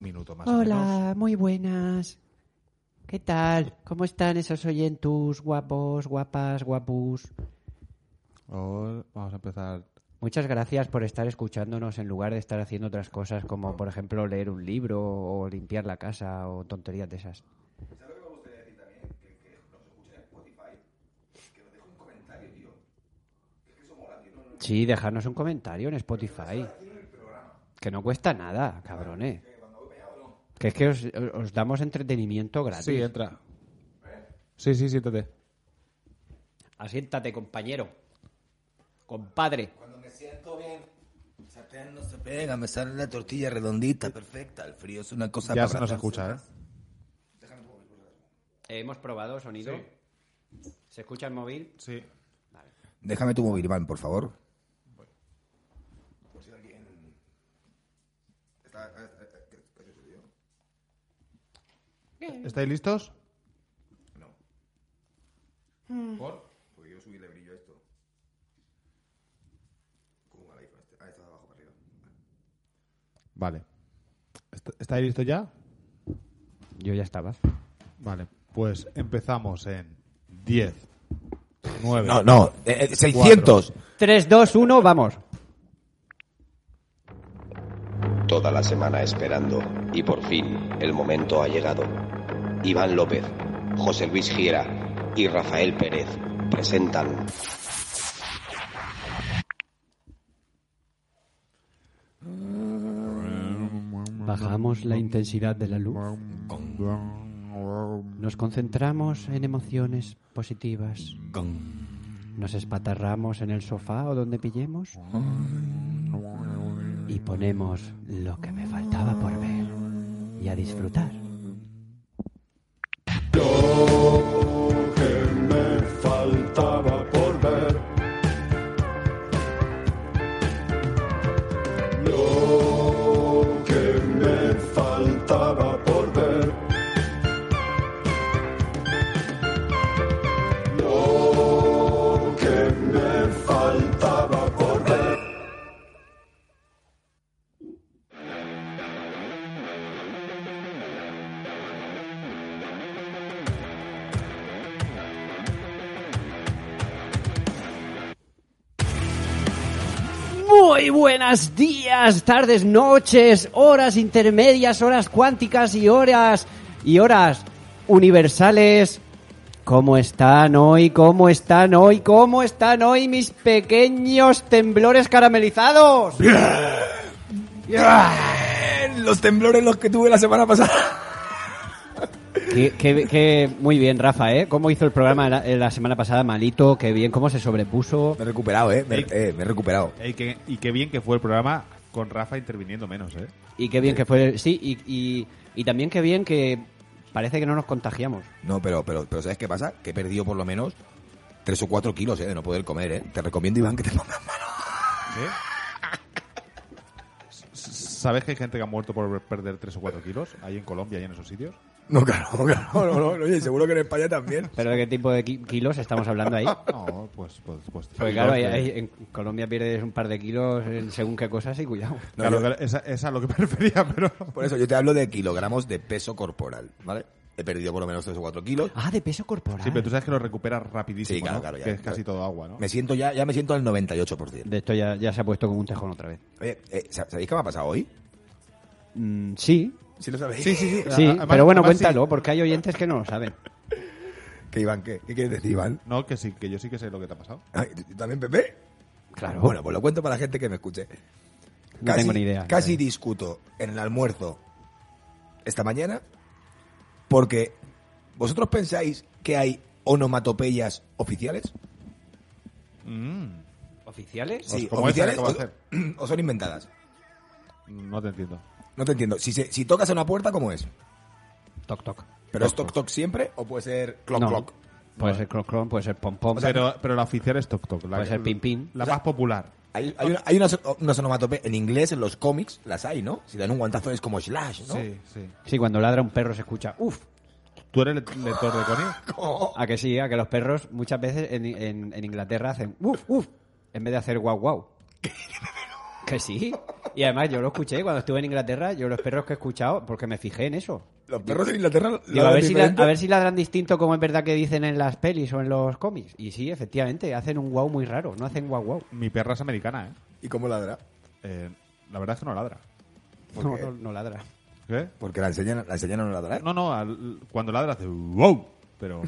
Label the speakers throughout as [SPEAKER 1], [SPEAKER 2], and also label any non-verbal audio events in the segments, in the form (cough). [SPEAKER 1] minuto más o menos.
[SPEAKER 2] Hola, muy buenas. ¿Qué tal? ¿Cómo están esos oyentus guapos, guapas, guapus?
[SPEAKER 1] Hol- Vamos a empezar.
[SPEAKER 2] Muchas gracias por estar escuchándonos en lugar de estar haciendo otras cosas como, por ejemplo, leer un libro o limpiar la casa o tonterías de esas. Sí, dejarnos un comentario en Spotify. Que no cuesta nada, cabrones. Que es que os, os damos entretenimiento gratis.
[SPEAKER 1] Sí, eh. entra. Sí, sí, siéntate.
[SPEAKER 2] Asiéntate, compañero. Compadre.
[SPEAKER 3] Cuando me siento bien, sartén no se pega, me sale la tortilla redondita, perfecta. El frío es una cosa
[SPEAKER 1] Ya
[SPEAKER 3] para
[SPEAKER 1] se nos escucha,
[SPEAKER 3] abrazarse.
[SPEAKER 1] ¿eh?
[SPEAKER 2] Hemos probado sonido. ¿Se escucha el móvil?
[SPEAKER 1] Sí.
[SPEAKER 3] Déjame tu móvil, Iván, por favor. Por si alguien... Está- eh, eh, ¿qué- qué te digo?
[SPEAKER 1] ¿Estáis listos?
[SPEAKER 3] No,
[SPEAKER 1] ¿Por?
[SPEAKER 3] porque yo subí el brillo a esto. ¿Cómo va el iPhone este? Ah, está de abajo para arriba.
[SPEAKER 1] Vale. ¿Est- ¿Estáis listos ya?
[SPEAKER 2] Yo ya estaba.
[SPEAKER 1] Vale. Pues empezamos en 10, 9.
[SPEAKER 3] No, no, eh, eh, 600.
[SPEAKER 2] 3, 2, 1, vamos.
[SPEAKER 4] Toda la semana esperando y por fin el momento ha llegado. Iván López, José Luis Giera y Rafael Pérez presentan
[SPEAKER 2] Bajamos la intensidad de la luz. Nos concentramos en emociones positivas. Nos espatarramos en el sofá o donde pillemos. Y ponemos lo que me faltaba por ver. Y a disfrutar.
[SPEAKER 5] faltaba por ver. Lo que me faltaba por ver. Lo que me faltaba por ver.
[SPEAKER 2] Muy buenas días, tardes, noches, horas intermedias, horas cuánticas y horas y horas universales. ¿Cómo están hoy? ¿Cómo están hoy? ¿Cómo están hoy mis pequeños temblores caramelizados?
[SPEAKER 3] Los temblores los que tuve la semana pasada.
[SPEAKER 2] Qué, qué- qué- muy bien, Rafa, ¿eh? ¿Cómo hizo el programa la, la semana pasada? Malito, qué bien, cómo se sobrepuso.
[SPEAKER 3] (laughs) Me he recuperado, eh. Me, eh, me he recuperado.
[SPEAKER 1] Y qué, y qué bien que fue el programa con Rafa interviniendo menos, ¿eh?
[SPEAKER 2] Y qué bien que fue. Sí, y, y, y también qué bien que parece que no nos contagiamos.
[SPEAKER 3] No, pero, pero, pero ¿sabes qué pasa? Que he perdido por lo menos 3 o 4 kilos, eh, de no poder comer, eh. Te recomiendo, Iván, que te pongas mal.
[SPEAKER 1] S- ¿Sabes que hay gente que ha muerto por perder 3 o 4 kilos? Ahí en Colombia y en esos sitios.
[SPEAKER 3] No, claro, (laughs) claro. No, no, no, oye, seguro que en España también.
[SPEAKER 2] ¿Pero de qué tipo de ki- kilos estamos hablando ahí?
[SPEAKER 1] No, pues... pues, pues
[SPEAKER 2] Porque claro, ahí- ahí en Colombia pierdes un par de kilos en según qué cosas y cuidado.
[SPEAKER 3] No,
[SPEAKER 1] Claro,
[SPEAKER 3] yo-
[SPEAKER 1] claro, esa, esa es lo que me (laughs) refería, pero...
[SPEAKER 3] Por eso yo te hablo de kilogramos de peso corporal, ¿vale? He perdido por lo menos 3 o 4 kilos.
[SPEAKER 2] Ah, de peso corporal.
[SPEAKER 1] Sí, pero tú sabes que lo recuperas rapidísimo,
[SPEAKER 3] Sí, claro,
[SPEAKER 1] ¿no?
[SPEAKER 3] claro, ya.
[SPEAKER 1] que es casi todo agua, ¿no?
[SPEAKER 3] Me siento ya, ya me siento al 98%.
[SPEAKER 2] De esto ya, ya se ha puesto como un tejón otra vez.
[SPEAKER 3] Oye, eh, ¿sab- ¿sabéis qué me ha pasado hoy?
[SPEAKER 2] Mm, sí,
[SPEAKER 3] Sí lo sabéis.
[SPEAKER 1] sí.
[SPEAKER 2] sí,
[SPEAKER 1] Además-
[SPEAKER 2] pero bueno,
[SPEAKER 1] además ah, sí.
[SPEAKER 2] cuéntalo, porque hay oyentes que no lo saben.
[SPEAKER 3] ¿Qué, Iván, qué? ¿Qué quieres decir, Iván?
[SPEAKER 1] No, que sí, que yo sí que sé lo que te ha pasado.
[SPEAKER 3] Ay, ¿tú- tú ¿También, Pepe?
[SPEAKER 2] Claro.
[SPEAKER 3] Bueno, pues lo cuento para la gente que me escuche.
[SPEAKER 2] No tengo ni idea.
[SPEAKER 3] Casi discuto en el almuerzo esta mañana porque vosotros pensáis que hay onomatopeyas oficiales.
[SPEAKER 2] ¿Oficiales?
[SPEAKER 3] Sí,
[SPEAKER 1] ¿cómo
[SPEAKER 3] oficiales
[SPEAKER 1] esa? ¿Qué va a hacer?
[SPEAKER 3] (clears throat) o, o son inventadas.
[SPEAKER 1] No te entiendo.
[SPEAKER 3] No te entiendo. Si, se- si tocas a una puerta, ¿cómo es?
[SPEAKER 2] Toc, toc.
[SPEAKER 3] ¿Pero es toc toc siempre o puede ser clock
[SPEAKER 2] No.
[SPEAKER 3] clock?
[SPEAKER 2] Puede ser clon, clon, puede ser pom, pom.
[SPEAKER 1] pero, pero la oficial es Toc Toc. La,
[SPEAKER 2] Puede ser Pin Pin.
[SPEAKER 1] La más popular.
[SPEAKER 2] Eh,
[SPEAKER 3] Hay, hay una- hay unas, unas onomatopeyas en inglés, en los cómics, las hay, ¿no? Si dan un guantazo es como slash, ¿no?
[SPEAKER 1] Sí, sí.
[SPEAKER 2] Sí, cuando ladra un perro se escucha. Uf,
[SPEAKER 1] ¿Tú eres le- lector de Connie?
[SPEAKER 2] a que sí, a que los perros muchas veces en, en- en Inglaterra hacen uf, uf, en vez de hacer guau, guau. que sí. Y además yo lo escuché cuando estuve en Inglaterra, yo los perros que he escuchado, porque me fijé en eso.
[SPEAKER 3] Los perros de Inglaterra.
[SPEAKER 2] Digo, a,
[SPEAKER 3] ladran
[SPEAKER 2] ver si la-
[SPEAKER 3] diferente.
[SPEAKER 2] a ver si ladran distinto como es verdad que dicen en las pelis o en los cómics. Y sí, efectivamente, hacen un guau muy raro, no hacen guau guau.
[SPEAKER 1] Mi perra es americana, ¿eh?
[SPEAKER 3] ¿Y cómo ladra?
[SPEAKER 1] Eh, La verdad es que no ladra.
[SPEAKER 3] ¿Por
[SPEAKER 2] No,
[SPEAKER 3] qué?
[SPEAKER 2] no, no ladra.
[SPEAKER 1] ¿Qué?
[SPEAKER 3] Porque la enseñan, la enseñan a no ladrar.
[SPEAKER 1] No, no, al- cuando ladra hace wow, pero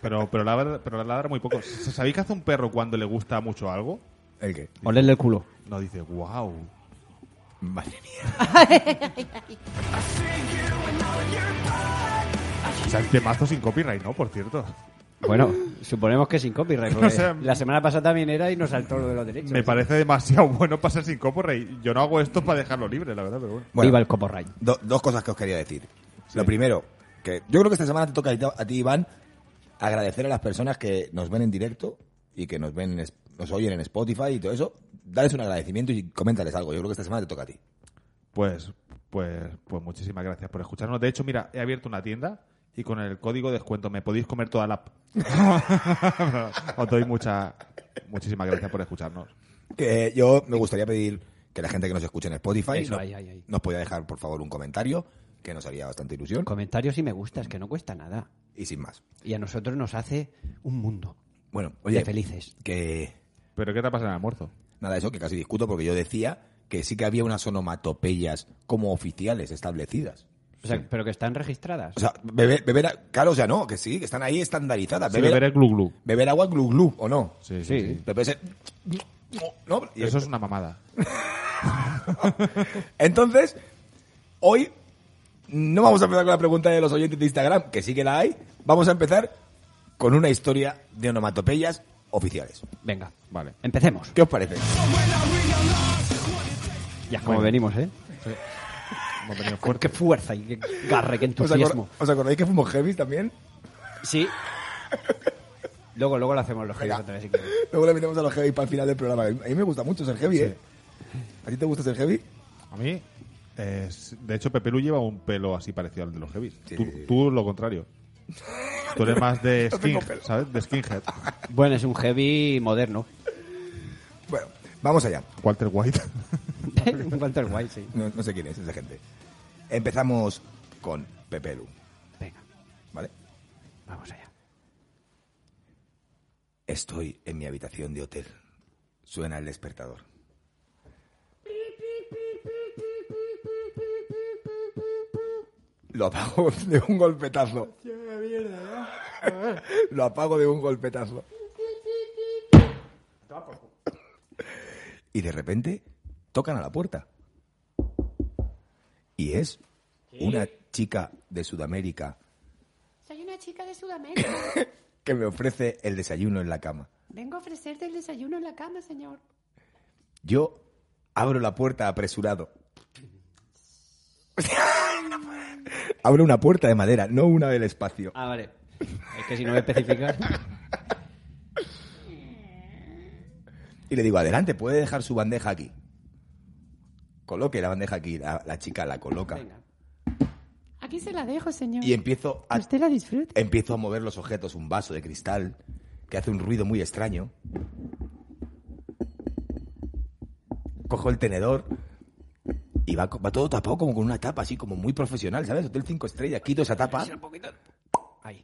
[SPEAKER 1] pero pero ladra, pero ladra muy poco. ¿Sabéis que hace un perro cuando le gusta mucho algo?
[SPEAKER 3] ¿El qué?
[SPEAKER 2] Olerle el culo.
[SPEAKER 1] No dice wow.
[SPEAKER 3] Madre mía.
[SPEAKER 1] O sea, de mazo sin copyright, ¿no? Por cierto.
[SPEAKER 2] Bueno, suponemos que sin copyright, porque
[SPEAKER 1] O sea,
[SPEAKER 2] la semana pasada también era y nos saltó lo de los derechos.
[SPEAKER 1] Me parece demasiado bueno pasar sin copyright. Yo no hago esto para dejarlo libre, la verdad, pero bueno.
[SPEAKER 3] Bueno,
[SPEAKER 2] Viva el copyright.
[SPEAKER 3] do- dos cosas que os quería decir. Lo primero, que yo creo que esta semana te toca a ti- a ti, Iván, agradecer a las personas que nos ven en directo y que nos ven, en es- nos oyen en Spotify y todo eso. Dales un agradecimiento y coméntales algo. Yo creo que esta semana te toca a ti.
[SPEAKER 1] Pues, pues, pues muchísimas gracias por escucharnos. De hecho, mira, he abierto una tienda y con el código de descuento me podéis comer toda la... (laughs) Os doy mucha... Muchísimas gracias por escucharnos.
[SPEAKER 3] Que yo me gustaría pedir que la gente que nos escuche en Spotify
[SPEAKER 2] Eso,
[SPEAKER 3] no-
[SPEAKER 2] ahí, ahí, ahí.
[SPEAKER 3] nos pueda dejar, por favor, un comentario, que nos haría bastante ilusión.
[SPEAKER 2] Comentarios y me gustas, que no cuesta nada.
[SPEAKER 3] Y sin más.
[SPEAKER 2] Y a nosotros nos hace un mundo
[SPEAKER 3] Bueno, oye,
[SPEAKER 2] de felices.
[SPEAKER 3] que
[SPEAKER 1] ¿Pero qué te pasa en el almuerzo?
[SPEAKER 3] nada, eso que casi discuto porque yo decía que sí que había unas onomatopeyas como oficiales establecidas.
[SPEAKER 2] O sea, pero que están registradas.
[SPEAKER 3] O sea, beber, beber a- claro, o sea, no, que sí, que están ahí estandarizadas.
[SPEAKER 1] Sí,
[SPEAKER 3] Beber,
[SPEAKER 1] beber el glu glu.
[SPEAKER 3] beber agua glu glu, ¿o no?
[SPEAKER 1] Sí,
[SPEAKER 2] Sí.
[SPEAKER 1] sí, sí.
[SPEAKER 3] Pero puede ser- ¿no? Y
[SPEAKER 1] Eso es una mamada.
[SPEAKER 3] Entonces, hoy no vamos a empezar con la pregunta de los oyentes de Instagram, que sí que la hay. Vamos a empezar con una historia de onomatopeyas oficiales.
[SPEAKER 2] Venga,
[SPEAKER 1] Vale.
[SPEAKER 2] empecemos.
[SPEAKER 3] ¿Qué os parece?
[SPEAKER 2] Ya como
[SPEAKER 1] Bueno.
[SPEAKER 2] venimos, ¿eh?
[SPEAKER 1] Hemos venido
[SPEAKER 2] Con
[SPEAKER 1] fuerte.
[SPEAKER 2] qué fuerza y qué garre, (laughs) qué
[SPEAKER 3] ¿Os, acor-
[SPEAKER 2] entusiasmo.
[SPEAKER 3] os acordáis que fuimos heavy también? (laughs)
[SPEAKER 2] Sí. Luego, luego lo hacemos los
[SPEAKER 3] Venga.
[SPEAKER 2] giros otra vez. si quieres.
[SPEAKER 3] Luego le metemos a los heavy para el final del programa. A mí me gusta mucho ser heavy, ¿eh? ¿A ti te gusta ser heavy?
[SPEAKER 1] A mí, eh, s- de hecho, Pepe Lu lleva un pelo así parecido al de los heavies.
[SPEAKER 3] Sí,
[SPEAKER 1] tú,
[SPEAKER 3] sí, sí.
[SPEAKER 1] tú lo (laughs) contrario. Tú eres más de
[SPEAKER 3] No tengo
[SPEAKER 1] skin,
[SPEAKER 3] pelo.
[SPEAKER 1] ¿sabes? De skinhead.
[SPEAKER 2] Bueno, es un heavy moderno. (laughs)
[SPEAKER 3] Bueno, vamos allá.
[SPEAKER 1] Walter White. (laughs)
[SPEAKER 2] un Walter White, sí.
[SPEAKER 3] No, no sé quién es esa gente. Empezamos con Pepelu,
[SPEAKER 2] Venga,
[SPEAKER 3] ¿vale?
[SPEAKER 2] vamos allá.
[SPEAKER 3] Estoy en mi habitación de hotel. Suena el despertador. Lo apago (laughs) de un golpetazo. (laughs) Lo apago de un golpetazo. Y de repente tocan a la puerta. Y es una chica de Sudamérica
[SPEAKER 6] Soy una chica de Sudamérica.
[SPEAKER 3] que me ofrece el desayuno en la cama.
[SPEAKER 6] (coughs) Vengo a ofrecerte el desayuno en la cama, señor.
[SPEAKER 3] Yo abro la puerta apresurado. (laughs) abro una puerta de madera, no una del espacio.
[SPEAKER 2] Ah, vale. Es que si no me (laughs) especificas.
[SPEAKER 3] Y le digo, adelante, puede dejar su bandeja aquí. Coloque la bandeja aquí, la, la chica la coloca.
[SPEAKER 2] Venga.
[SPEAKER 6] Aquí se la dejo, señor.
[SPEAKER 3] Y empiezo
[SPEAKER 6] Que
[SPEAKER 3] a,
[SPEAKER 6] Usted la disfrute.
[SPEAKER 3] empiezo a mover los objetos, un vaso de cristal que hace un ruido muy extraño. Cojo el tenedor y va, co- va todo tapado como con una tapa, así como muy profesional, ¿sabes? Hotel 5 estrellas, quito esa tapa.
[SPEAKER 2] Ahí.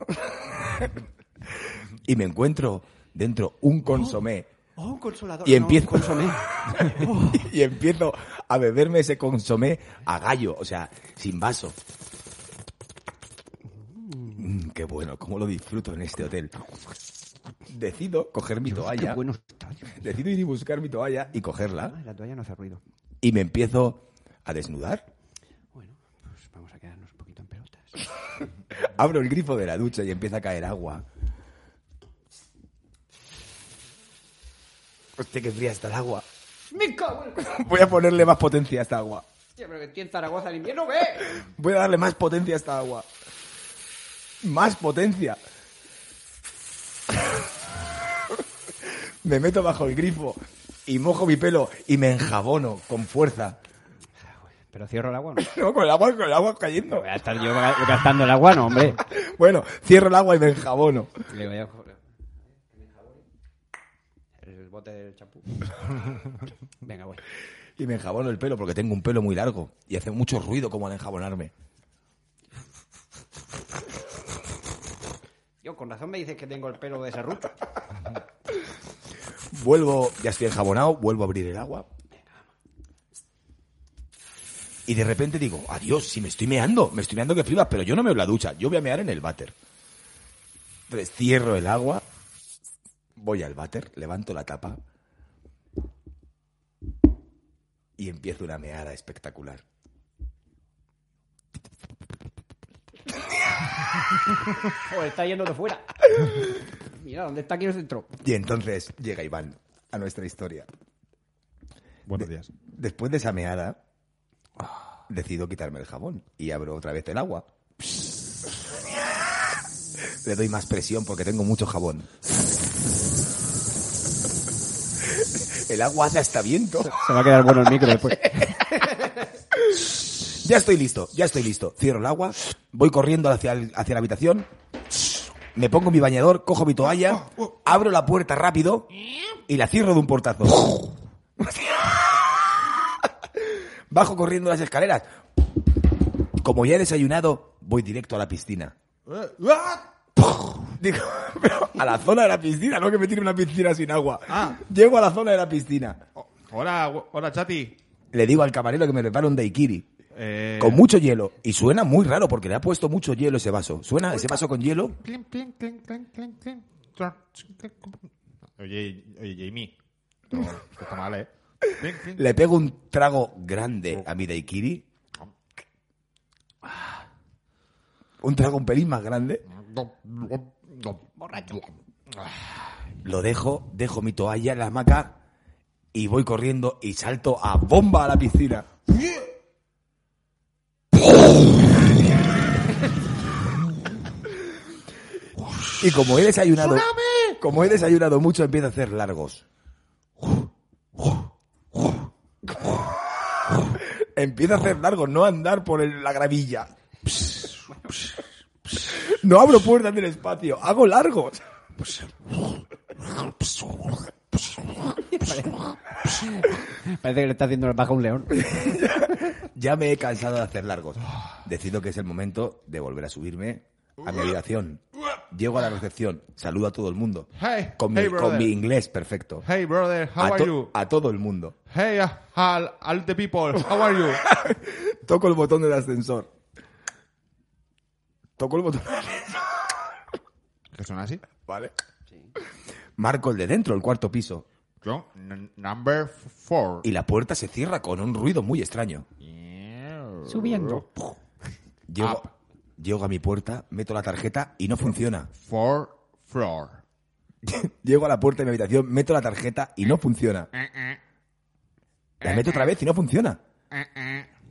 [SPEAKER 3] y me encuentro dentro un consomé (laughs)
[SPEAKER 2] Oh, un consolador.
[SPEAKER 3] Y empiezo-
[SPEAKER 2] un (laughs) consomé. Oh,
[SPEAKER 3] y empiezo a beberme ese consomé a gallo, o sea, sin vaso. Mm, qué bueno, cómo lo disfruto en este hotel. Decido coger mi
[SPEAKER 2] qué
[SPEAKER 3] toalla,
[SPEAKER 2] bueno está.
[SPEAKER 3] decido ir y buscar mi toalla y cogerla
[SPEAKER 2] Ah, La toalla no hace ruido.
[SPEAKER 3] y me empiezo a desnudar.
[SPEAKER 2] Bueno, pues vamos a quedarnos un poquito en pelotas.
[SPEAKER 3] Abro el grifo de la ducha y empieza a caer agua. Hostia, qué fría está el agua.
[SPEAKER 2] ¡Me cago en...
[SPEAKER 3] Voy a ponerle más potencia a esta agua.
[SPEAKER 2] Hostia, pero que estoy en Zaragoza el invierno, ve.
[SPEAKER 3] Voy a darle más potencia a esta agua. Más potencia. (laughs) Me meto bajo el grifo y mojo mi pelo y me enjabono con fuerza. (laughs)
[SPEAKER 2] Pero cierro el agua, ¿no?
[SPEAKER 3] No, con el agua, con el agua cayendo.
[SPEAKER 2] Voy a estar yo gastando el agua, no, hombre.
[SPEAKER 3] Bueno, cierro el agua y me enjabono.
[SPEAKER 2] Le voy a... El bote del champú. Venga, voy.
[SPEAKER 3] Y me enjabono el pelo porque tengo un pelo muy largo y hace mucho ruido como al enjabonarme.
[SPEAKER 2] Yo, con razón me dices que tengo el pelo de serrucho.
[SPEAKER 3] Vuelvo, ya estoy enjabonado, vuelvo a abrir el agua. Y de repente digo, adiós, si me estoy meando, me estoy meando que flipas, pero yo no me la ducha, yo voy a mear en el váter. Entonces cierro el agua, voy al váter, levanto la tapa y empiezo una meada espectacular.
[SPEAKER 2] O está yéndote fuera. Mira, ¿dónde está aquí el centro?
[SPEAKER 3] Y entonces llega Iván a nuestra historia.
[SPEAKER 1] Buenos días.
[SPEAKER 3] Después de esa meada, decido quitarme el jabón y abro otra vez el agua. Le doy más presión porque tengo mucho jabón. El agua hace hasta viento.
[SPEAKER 2] Se va a quedar bueno el micro después.
[SPEAKER 3] Ya estoy listo, ya estoy listo. Cierro el agua, voy corriendo hacia, el- hacia la habitación, me pongo mi bañador, cojo mi toalla, abro la puerta rápido y la cierro de un portazo. (laughs) Bajo corriendo las escaleras. Como ya he desayunado, voy directo a la piscina. Digo, (laughs) pero a la zona de la piscina, no que me tire una piscina sin agua.
[SPEAKER 1] Ah.
[SPEAKER 3] Llego a la zona de la piscina.
[SPEAKER 1] Oh, hola, gu- hola, Chati.
[SPEAKER 3] Le digo al camarero que me prepare un daiquiri.
[SPEAKER 1] Eh,
[SPEAKER 3] Con mucho hielo. Y suena muy raro porque le ha puesto mucho hielo ese vaso. Suena ese vaso con hielo.
[SPEAKER 1] clin, clin, clin, clin, clin, clin, tron, chin, clin, clin. Oye, oye, Jamie. No, esto está mal, ¿eh? Clin, clin.
[SPEAKER 3] Le pego un trago grande a mi daiquiri. Un trago un pelín más grande.
[SPEAKER 2] Borracho.
[SPEAKER 3] Lo dejo, dejo mi toalla en la hamaca y voy corriendo y salto a bomba a la piscina. Y como he desayunado, como he desayunado mucho, empiezo a hacer largos. Empiezo a hacer largos, no a andar por el- la gravilla. No abro puertas del espacio, hago largos.
[SPEAKER 2] Parece que le está haciendo el bajo a un león.
[SPEAKER 3] Ya me he cansado de hacer largos. Decido que es el momento de volver a subirme a mi habitación. Llego a la recepción, saludo a todo el mundo.
[SPEAKER 1] Hey,
[SPEAKER 3] con, mi,
[SPEAKER 1] hey,
[SPEAKER 3] con
[SPEAKER 1] brother.
[SPEAKER 3] mi inglés perfecto.
[SPEAKER 1] Hey, brother, how
[SPEAKER 3] a,
[SPEAKER 1] are
[SPEAKER 3] to-
[SPEAKER 1] you?
[SPEAKER 3] a todo el mundo.
[SPEAKER 1] Hey, uh, all, all the people, how
[SPEAKER 3] (laughs)
[SPEAKER 1] are you?
[SPEAKER 3] Toco el botón del ascensor. Toco el botón (laughs) del ascensor.
[SPEAKER 1] ¿Qué son así?
[SPEAKER 3] Vale. Marco el de dentro, el cuarto piso.
[SPEAKER 1] Yo, n- number f- four.
[SPEAKER 3] Y la puerta se cierra con un ruido muy extraño.
[SPEAKER 2] Subiendo.
[SPEAKER 3] Llego, llego a mi puerta, meto la tarjeta y no funciona.
[SPEAKER 1] Four, floor.
[SPEAKER 3] Llego a la puerta de mi habitación, meto la tarjeta y no funciona. La meto otra vez y no funciona.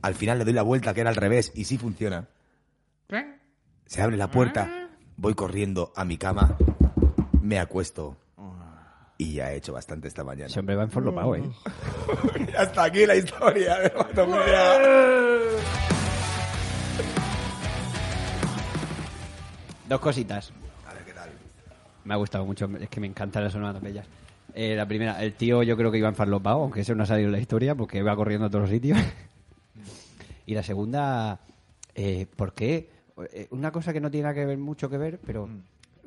[SPEAKER 3] Al final le doy la vuelta que era al revés y sí funciona. Se abre la puerta, voy corriendo a mi cama, me acuesto. Y ya he hecho bastante esta mañana.
[SPEAKER 2] Siempre va enforlopado, eh.
[SPEAKER 3] (laughs) Hasta aquí la historia de Matomunea.
[SPEAKER 2] Dos cositas.
[SPEAKER 3] A ver qué tal.
[SPEAKER 2] Me ha gustado mucho, es que me encantan las onomatopeyas. Eh, la primera, el tío yo creo que iba en farlopao, aunque eso no ha salido en la historia porque va corriendo a todos los sitios. (laughs) y la segunda, eh, ¿por qué? Eh, Una cosa que no tiene nada que ver, mucho que ver, pero
[SPEAKER 3] Mm.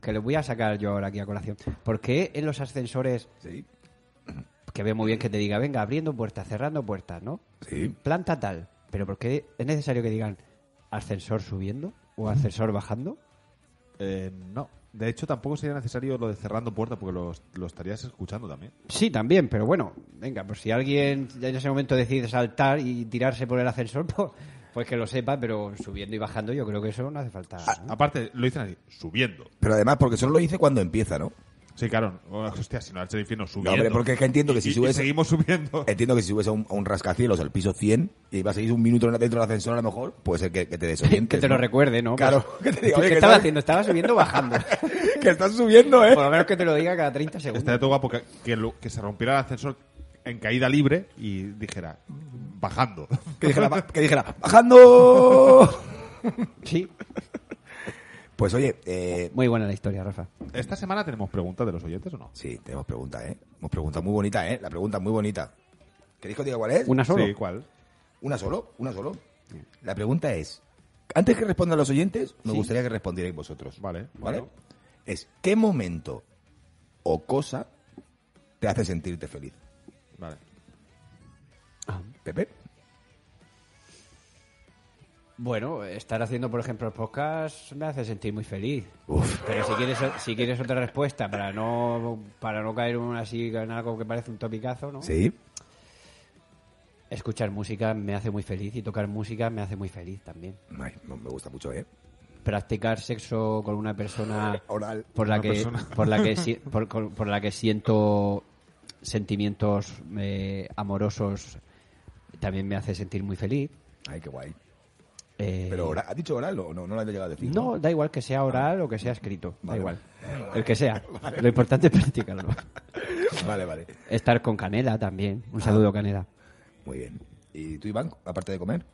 [SPEAKER 2] que le voy a sacar yo ahora aquí a colación. ¿Por qué en los ascensores,
[SPEAKER 3] Sí,
[SPEAKER 2] que veo muy bien que te diga, venga, abriendo puertas, cerrando puertas, ¿no?
[SPEAKER 3] sí.
[SPEAKER 2] Planta tal, pero ¿por qué es necesario que digan ascensor subiendo o ascensor bajando?
[SPEAKER 1] Eh, no. De hecho, tampoco sería necesario lo de cerrando puerta porque lo, lo estarías escuchando también.
[SPEAKER 2] Sí, también, pero bueno, venga, pues si alguien en ese momento decide saltar y tirarse por el ascensor, (laughs) pues, pues que lo sepa, pero subiendo y bajando yo creo que eso no hace falta.
[SPEAKER 3] Ah,
[SPEAKER 2] ¿no?
[SPEAKER 1] Aparte, lo dicen así, subiendo.
[SPEAKER 3] Pero además, porque solo lo hice cuando empieza, ¿no?
[SPEAKER 1] Sí, claro. Oh, Hostia, si no, al infierno subiendo.
[SPEAKER 3] No, hombre, porque es que entiendo que
[SPEAKER 1] Y-
[SPEAKER 3] si
[SPEAKER 1] y- y
[SPEAKER 3] subes-
[SPEAKER 1] seguimos subiendo.
[SPEAKER 3] Entiendo que si subes a un, a un rascacielos al piso 100 y vas a ir un minuto dentro del ascensor, a lo mejor puede ser que, que te
[SPEAKER 2] (laughs)
[SPEAKER 3] desorientes.
[SPEAKER 2] Que te lo
[SPEAKER 3] ¿no?
[SPEAKER 2] recuerde, ¿no?
[SPEAKER 3] Claro,
[SPEAKER 2] Pues,
[SPEAKER 3] que te diga,
[SPEAKER 2] ¿Qué
[SPEAKER 3] oye, que
[SPEAKER 2] estaba
[SPEAKER 3] estás-
[SPEAKER 2] haciendo? Estaba subiendo o
[SPEAKER 3] (laughs)
[SPEAKER 2] bajando.
[SPEAKER 3] que estás subiendo, ¿eh?
[SPEAKER 2] Por lo menos que te lo diga cada 30 segundos.
[SPEAKER 1] Estaría todo guapo que, que lo- que se rompiera el ascensor en caída libre y dijera,
[SPEAKER 3] (laughs)
[SPEAKER 1] bajando.
[SPEAKER 2] (laughs)
[SPEAKER 3] Que dijera, ba- que dijera, bajando.
[SPEAKER 2] Sí.
[SPEAKER 3] Pues oye, eh,
[SPEAKER 2] Muy buena la historia, Rafa.
[SPEAKER 1] ¿Esta semana tenemos preguntas de los oyentes o no?
[SPEAKER 3] sí, tenemos pregunta, ¿eh? Hemos preguntado muy bonita, ¿eh? La pregunta muy bonita. ¿Queréis que os diga cuál es?
[SPEAKER 2] Una solo.
[SPEAKER 1] Sí, ¿cuál?
[SPEAKER 3] ¿Una solo? ¿Una solo? La pregunta es, antes que respondan los oyentes, me gustaría que respondierais vosotros.
[SPEAKER 1] Vale,
[SPEAKER 3] ¿Vale?
[SPEAKER 1] bueno.
[SPEAKER 3] Es, ¿qué momento o cosa te hace sentirte feliz?
[SPEAKER 1] Vale.
[SPEAKER 3] Pepe.
[SPEAKER 2] Bueno, estar haciendo, por ejemplo, el podcast me hace sentir muy feliz.
[SPEAKER 3] Uf.
[SPEAKER 2] Pero si quieres, si quieres otra respuesta para no para no caer en una- así en algo que parece un topicazo, ¿no?
[SPEAKER 3] Sí.
[SPEAKER 2] Escuchar música me hace muy feliz y tocar música me hace muy feliz también.
[SPEAKER 3] Ay, no me gusta mucho, ¿eh?
[SPEAKER 2] Practicar sexo con una persona
[SPEAKER 3] Oral.
[SPEAKER 2] por la
[SPEAKER 1] Una
[SPEAKER 2] que
[SPEAKER 1] persona.
[SPEAKER 2] por la
[SPEAKER 1] (laughs)
[SPEAKER 2] que si- por, con- por la que siento sentimientos eh, amorosos también me hace sentir muy feliz.
[SPEAKER 3] Ay, qué guay.
[SPEAKER 2] Eh,
[SPEAKER 3] Pero, ora- ¿has dicho oral o no? No lo has llegado a decir.
[SPEAKER 2] No, da igual que sea oral o que sea escrito.
[SPEAKER 3] Vale.
[SPEAKER 2] Da igual. El que sea. Lo importante es practicarlo.
[SPEAKER 3] Vale, vale.
[SPEAKER 2] Estar con Canela también. Un
[SPEAKER 3] Ah.
[SPEAKER 2] saludo, Canela.
[SPEAKER 3] Muy bien. ¿Y tú, Iván, aparte de comer?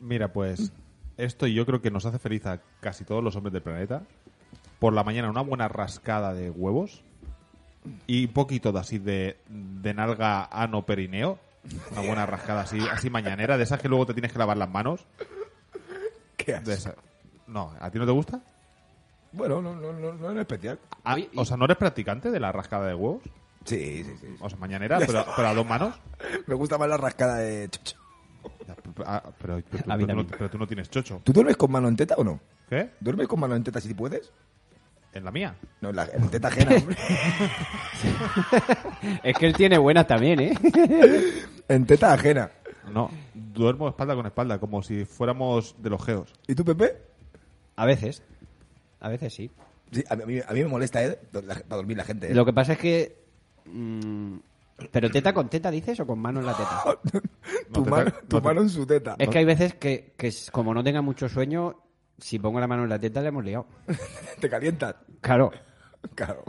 [SPEAKER 1] Mira, pues esto yo creo que nos hace feliz a casi todos los hombres del planeta. Por la mañana una buena rascada de huevos y un poquito de así de, de nalga ano perineo. Una buena rascada así, así mañanera, de esas que luego te tienes que lavar las manos.
[SPEAKER 3] ¿Qué
[SPEAKER 1] De esa- No, ¿a ti no te gusta?
[SPEAKER 3] Pues, Bueno, no, no, no, no en especial.
[SPEAKER 1] Ah, o sea, ¿no eres practicante de la rascada de huevos?
[SPEAKER 3] Sí, sí, sí.
[SPEAKER 1] O sea, mañanera, pero, pero a dos manos.
[SPEAKER 3] Me gusta más la rascada de chocho.
[SPEAKER 1] Ya, p- ah, pero, pero tú,
[SPEAKER 2] A mí
[SPEAKER 1] pero tú no,
[SPEAKER 2] también.
[SPEAKER 1] pero tú no tienes chocho.
[SPEAKER 3] ¿Tú duermes con mano en teta o no?
[SPEAKER 1] ¿Qué?
[SPEAKER 3] ¿Duermes con mano en teta si puedes?
[SPEAKER 1] ¿En la mía?
[SPEAKER 3] No, en la en teta (laughs) ajena. hombre.
[SPEAKER 2] Es que él tiene buena también, ¿eh?
[SPEAKER 3] en teta ajena.
[SPEAKER 1] No, duermo espalda con espalda, como si fuéramos de los geos.
[SPEAKER 3] ¿Y tú, Pepe?
[SPEAKER 2] A veces. A veces sí.
[SPEAKER 3] Sí, a, mí- a mí, a mí me molesta, ¿eh? Do- la- para dormir la gente, ¿eh?
[SPEAKER 2] Lo que pasa es que... mm, ¿Pero teta con teta dices o con mano en la teta?
[SPEAKER 3] tu
[SPEAKER 1] No, teta-
[SPEAKER 3] mano, tu
[SPEAKER 1] no, te-
[SPEAKER 3] mano en su teta.
[SPEAKER 2] Es que hay veces que, que es- como no tenga mucho sueño, si pongo la mano en la teta le hemos liado.
[SPEAKER 3] Te calientas.
[SPEAKER 2] Claro.
[SPEAKER 3] Claro.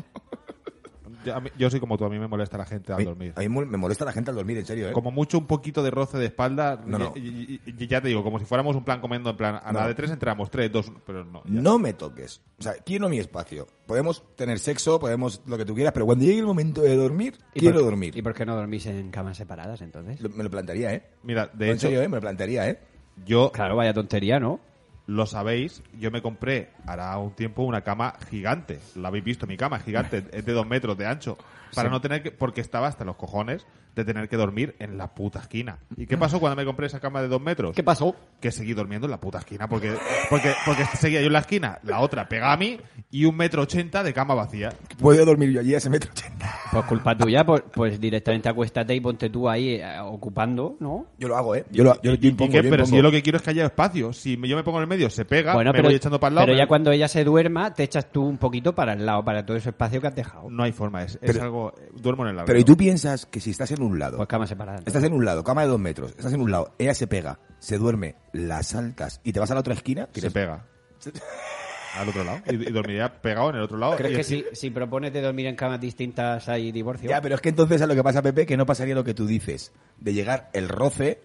[SPEAKER 1] Yo, a mí- yo soy como tú, a mí me molesta la gente al dormir.
[SPEAKER 3] A mí mol- me molesta la gente al dormir, en serio, ¿eh?
[SPEAKER 1] Como mucho un poquito de roce de espalda.
[SPEAKER 3] No,
[SPEAKER 1] y-
[SPEAKER 3] no.
[SPEAKER 1] y- y- y ya te digo, como si fuéramos un plan comiendo en plan, a
[SPEAKER 3] No.
[SPEAKER 1] la de tres entramos, tres, dos, uno, pero no. ya.
[SPEAKER 3] No me toques. O sea, quiero mi espacio. Podemos tener sexo, podemos lo que tú quieras, pero cuando llegue el momento de dormir,
[SPEAKER 2] ¿Y
[SPEAKER 3] quiero
[SPEAKER 2] por-
[SPEAKER 3] dormir.
[SPEAKER 2] ¿Y por qué no dormís en camas separadas entonces?
[SPEAKER 3] Lo- me lo plantearía, ¿eh?
[SPEAKER 1] Mira, de
[SPEAKER 3] en
[SPEAKER 1] hecho,
[SPEAKER 3] serio, ¿eh? Me lo plantearía, ¿eh?
[SPEAKER 1] yo,
[SPEAKER 2] Claro, vaya tontería, ¿no?
[SPEAKER 1] lo sabéis, yo me compré, hará un tiempo, una cama gigante. La habéis visto, mi cama es
[SPEAKER 3] (laughs)
[SPEAKER 1] gigante, es de dos metros de ancho. Para no tener que, porque estaba hasta los cojones de tener que dormir en la puta esquina. ¿Y
[SPEAKER 3] Mm.
[SPEAKER 1] qué pasó cuando me compré esa cama de dos metros?
[SPEAKER 2] ¿Qué pasó?
[SPEAKER 1] que seguí durmiendo en la puta esquina porque porque porque seguía yo en la esquina la otra pega a mí y un metro ochenta de cama vacía
[SPEAKER 3] Puedo dormir yo allí a ese metro ochenta.
[SPEAKER 2] Pues culpa tuya, pues, pues directamente acuéstate y ponte tú ahí eh, ocupando, ¿no?
[SPEAKER 3] Yo lo hago, ¿eh? Yo lo yo, yo
[SPEAKER 1] ¿Y
[SPEAKER 3] impongo,
[SPEAKER 1] qué?
[SPEAKER 3] yo
[SPEAKER 1] pero si
[SPEAKER 3] impongo.
[SPEAKER 1] yo lo que quiero es que haya espacio si me- yo me pongo en el medio se pega me voy echando para el lado
[SPEAKER 2] pero
[SPEAKER 1] me-
[SPEAKER 2] ya cuando ella se duerma, te echas tú un poquito para el lado, para todo ese espacio que has dejado.
[SPEAKER 1] no hay forma es, es
[SPEAKER 3] Pero-
[SPEAKER 1] algo eh, duermo en el lado
[SPEAKER 3] Pero ¿y tú piensas que si estás en un lado,
[SPEAKER 2] Pues cama separada.
[SPEAKER 3] estás en un lado, cama de dos metros, estás en un lado, ella se pega, se duerme, la saltas y te vas a la otra esquina?
[SPEAKER 1] se
[SPEAKER 3] tienes-
[SPEAKER 1] pega al otro lado y, y dormiría pegado en el otro lado
[SPEAKER 2] ¿Crees
[SPEAKER 1] y
[SPEAKER 2] que
[SPEAKER 1] así-
[SPEAKER 2] si, si propones de dormir en camas distintas hay divorcio?
[SPEAKER 3] Ya, pero es que entonces a lo que pasa, Pepe, que no pasaría lo que tú dices, de llegar el roce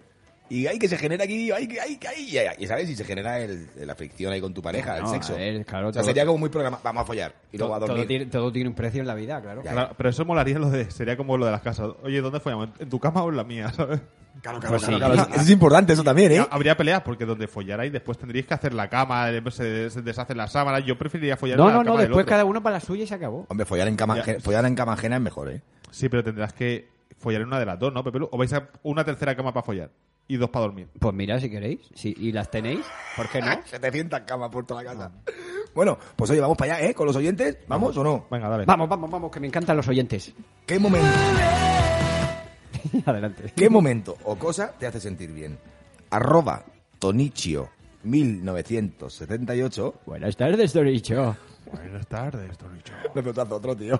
[SPEAKER 3] y ay que se genera aquí, ay que ay que ay, y, y, sabes, y se genera el, la fricción ahí con tu pareja,
[SPEAKER 2] No,
[SPEAKER 3] el sexo.
[SPEAKER 2] a ver, claro,
[SPEAKER 3] o sea,
[SPEAKER 2] todo-
[SPEAKER 3] sería como muy programado, vamos a follar y
[SPEAKER 2] To-
[SPEAKER 3] luego a
[SPEAKER 2] todo,
[SPEAKER 3] dormir.
[SPEAKER 2] tiene, todo tiene un precio en la vida, claro.
[SPEAKER 3] Ya.
[SPEAKER 1] Claro, pero eso molaría lo de sería como lo de las casas oye dónde follamos en tu cama o en la mía (laughs) ¿sabes?
[SPEAKER 3] Claro,
[SPEAKER 2] Pues sí.
[SPEAKER 3] (laughs) eso- eso es importante eso también, ¿eh?
[SPEAKER 1] Ya, Habría peleas porque donde follarais después tendríais que hacer la cama, se, se deshacen las sábanas. Yo preferiría follar en
[SPEAKER 2] No,
[SPEAKER 1] la
[SPEAKER 2] no,
[SPEAKER 1] cama
[SPEAKER 2] no,
[SPEAKER 1] del
[SPEAKER 2] después
[SPEAKER 1] otro.
[SPEAKER 2] cada uno para la suya y se acabó.
[SPEAKER 3] Hombre, follar en cama,
[SPEAKER 1] Ya.
[SPEAKER 3] ajena- follar en cama ajena es mejor, ¿eh?
[SPEAKER 1] Sí, pero tendrás que follar en una de las dos, ¿no, Pepelu? O vais a una tercera cama para follar y dos para dormir.
[SPEAKER 2] Pues mira, si queréis, si, y las tenéis, ¿por qué no?
[SPEAKER 3] 700 camas por toda la casa. Ah. Bueno, pues oye, vamos para allá, ¿eh? Con los oyentes, ¿vamos o no?
[SPEAKER 1] Venga, dale.
[SPEAKER 2] Vamos, vamos, vamos, que me encantan los oyentes.
[SPEAKER 3] ¿Qué momento,
[SPEAKER 2] (laughs) Adelante.
[SPEAKER 3] qué momento o cosa te hace sentir bien? Arroba Tonichio 1978
[SPEAKER 2] Buenas tardes, Doricho.
[SPEAKER 1] Buenas tardes, Toricho.
[SPEAKER 3] Me pelotazo otro, tío.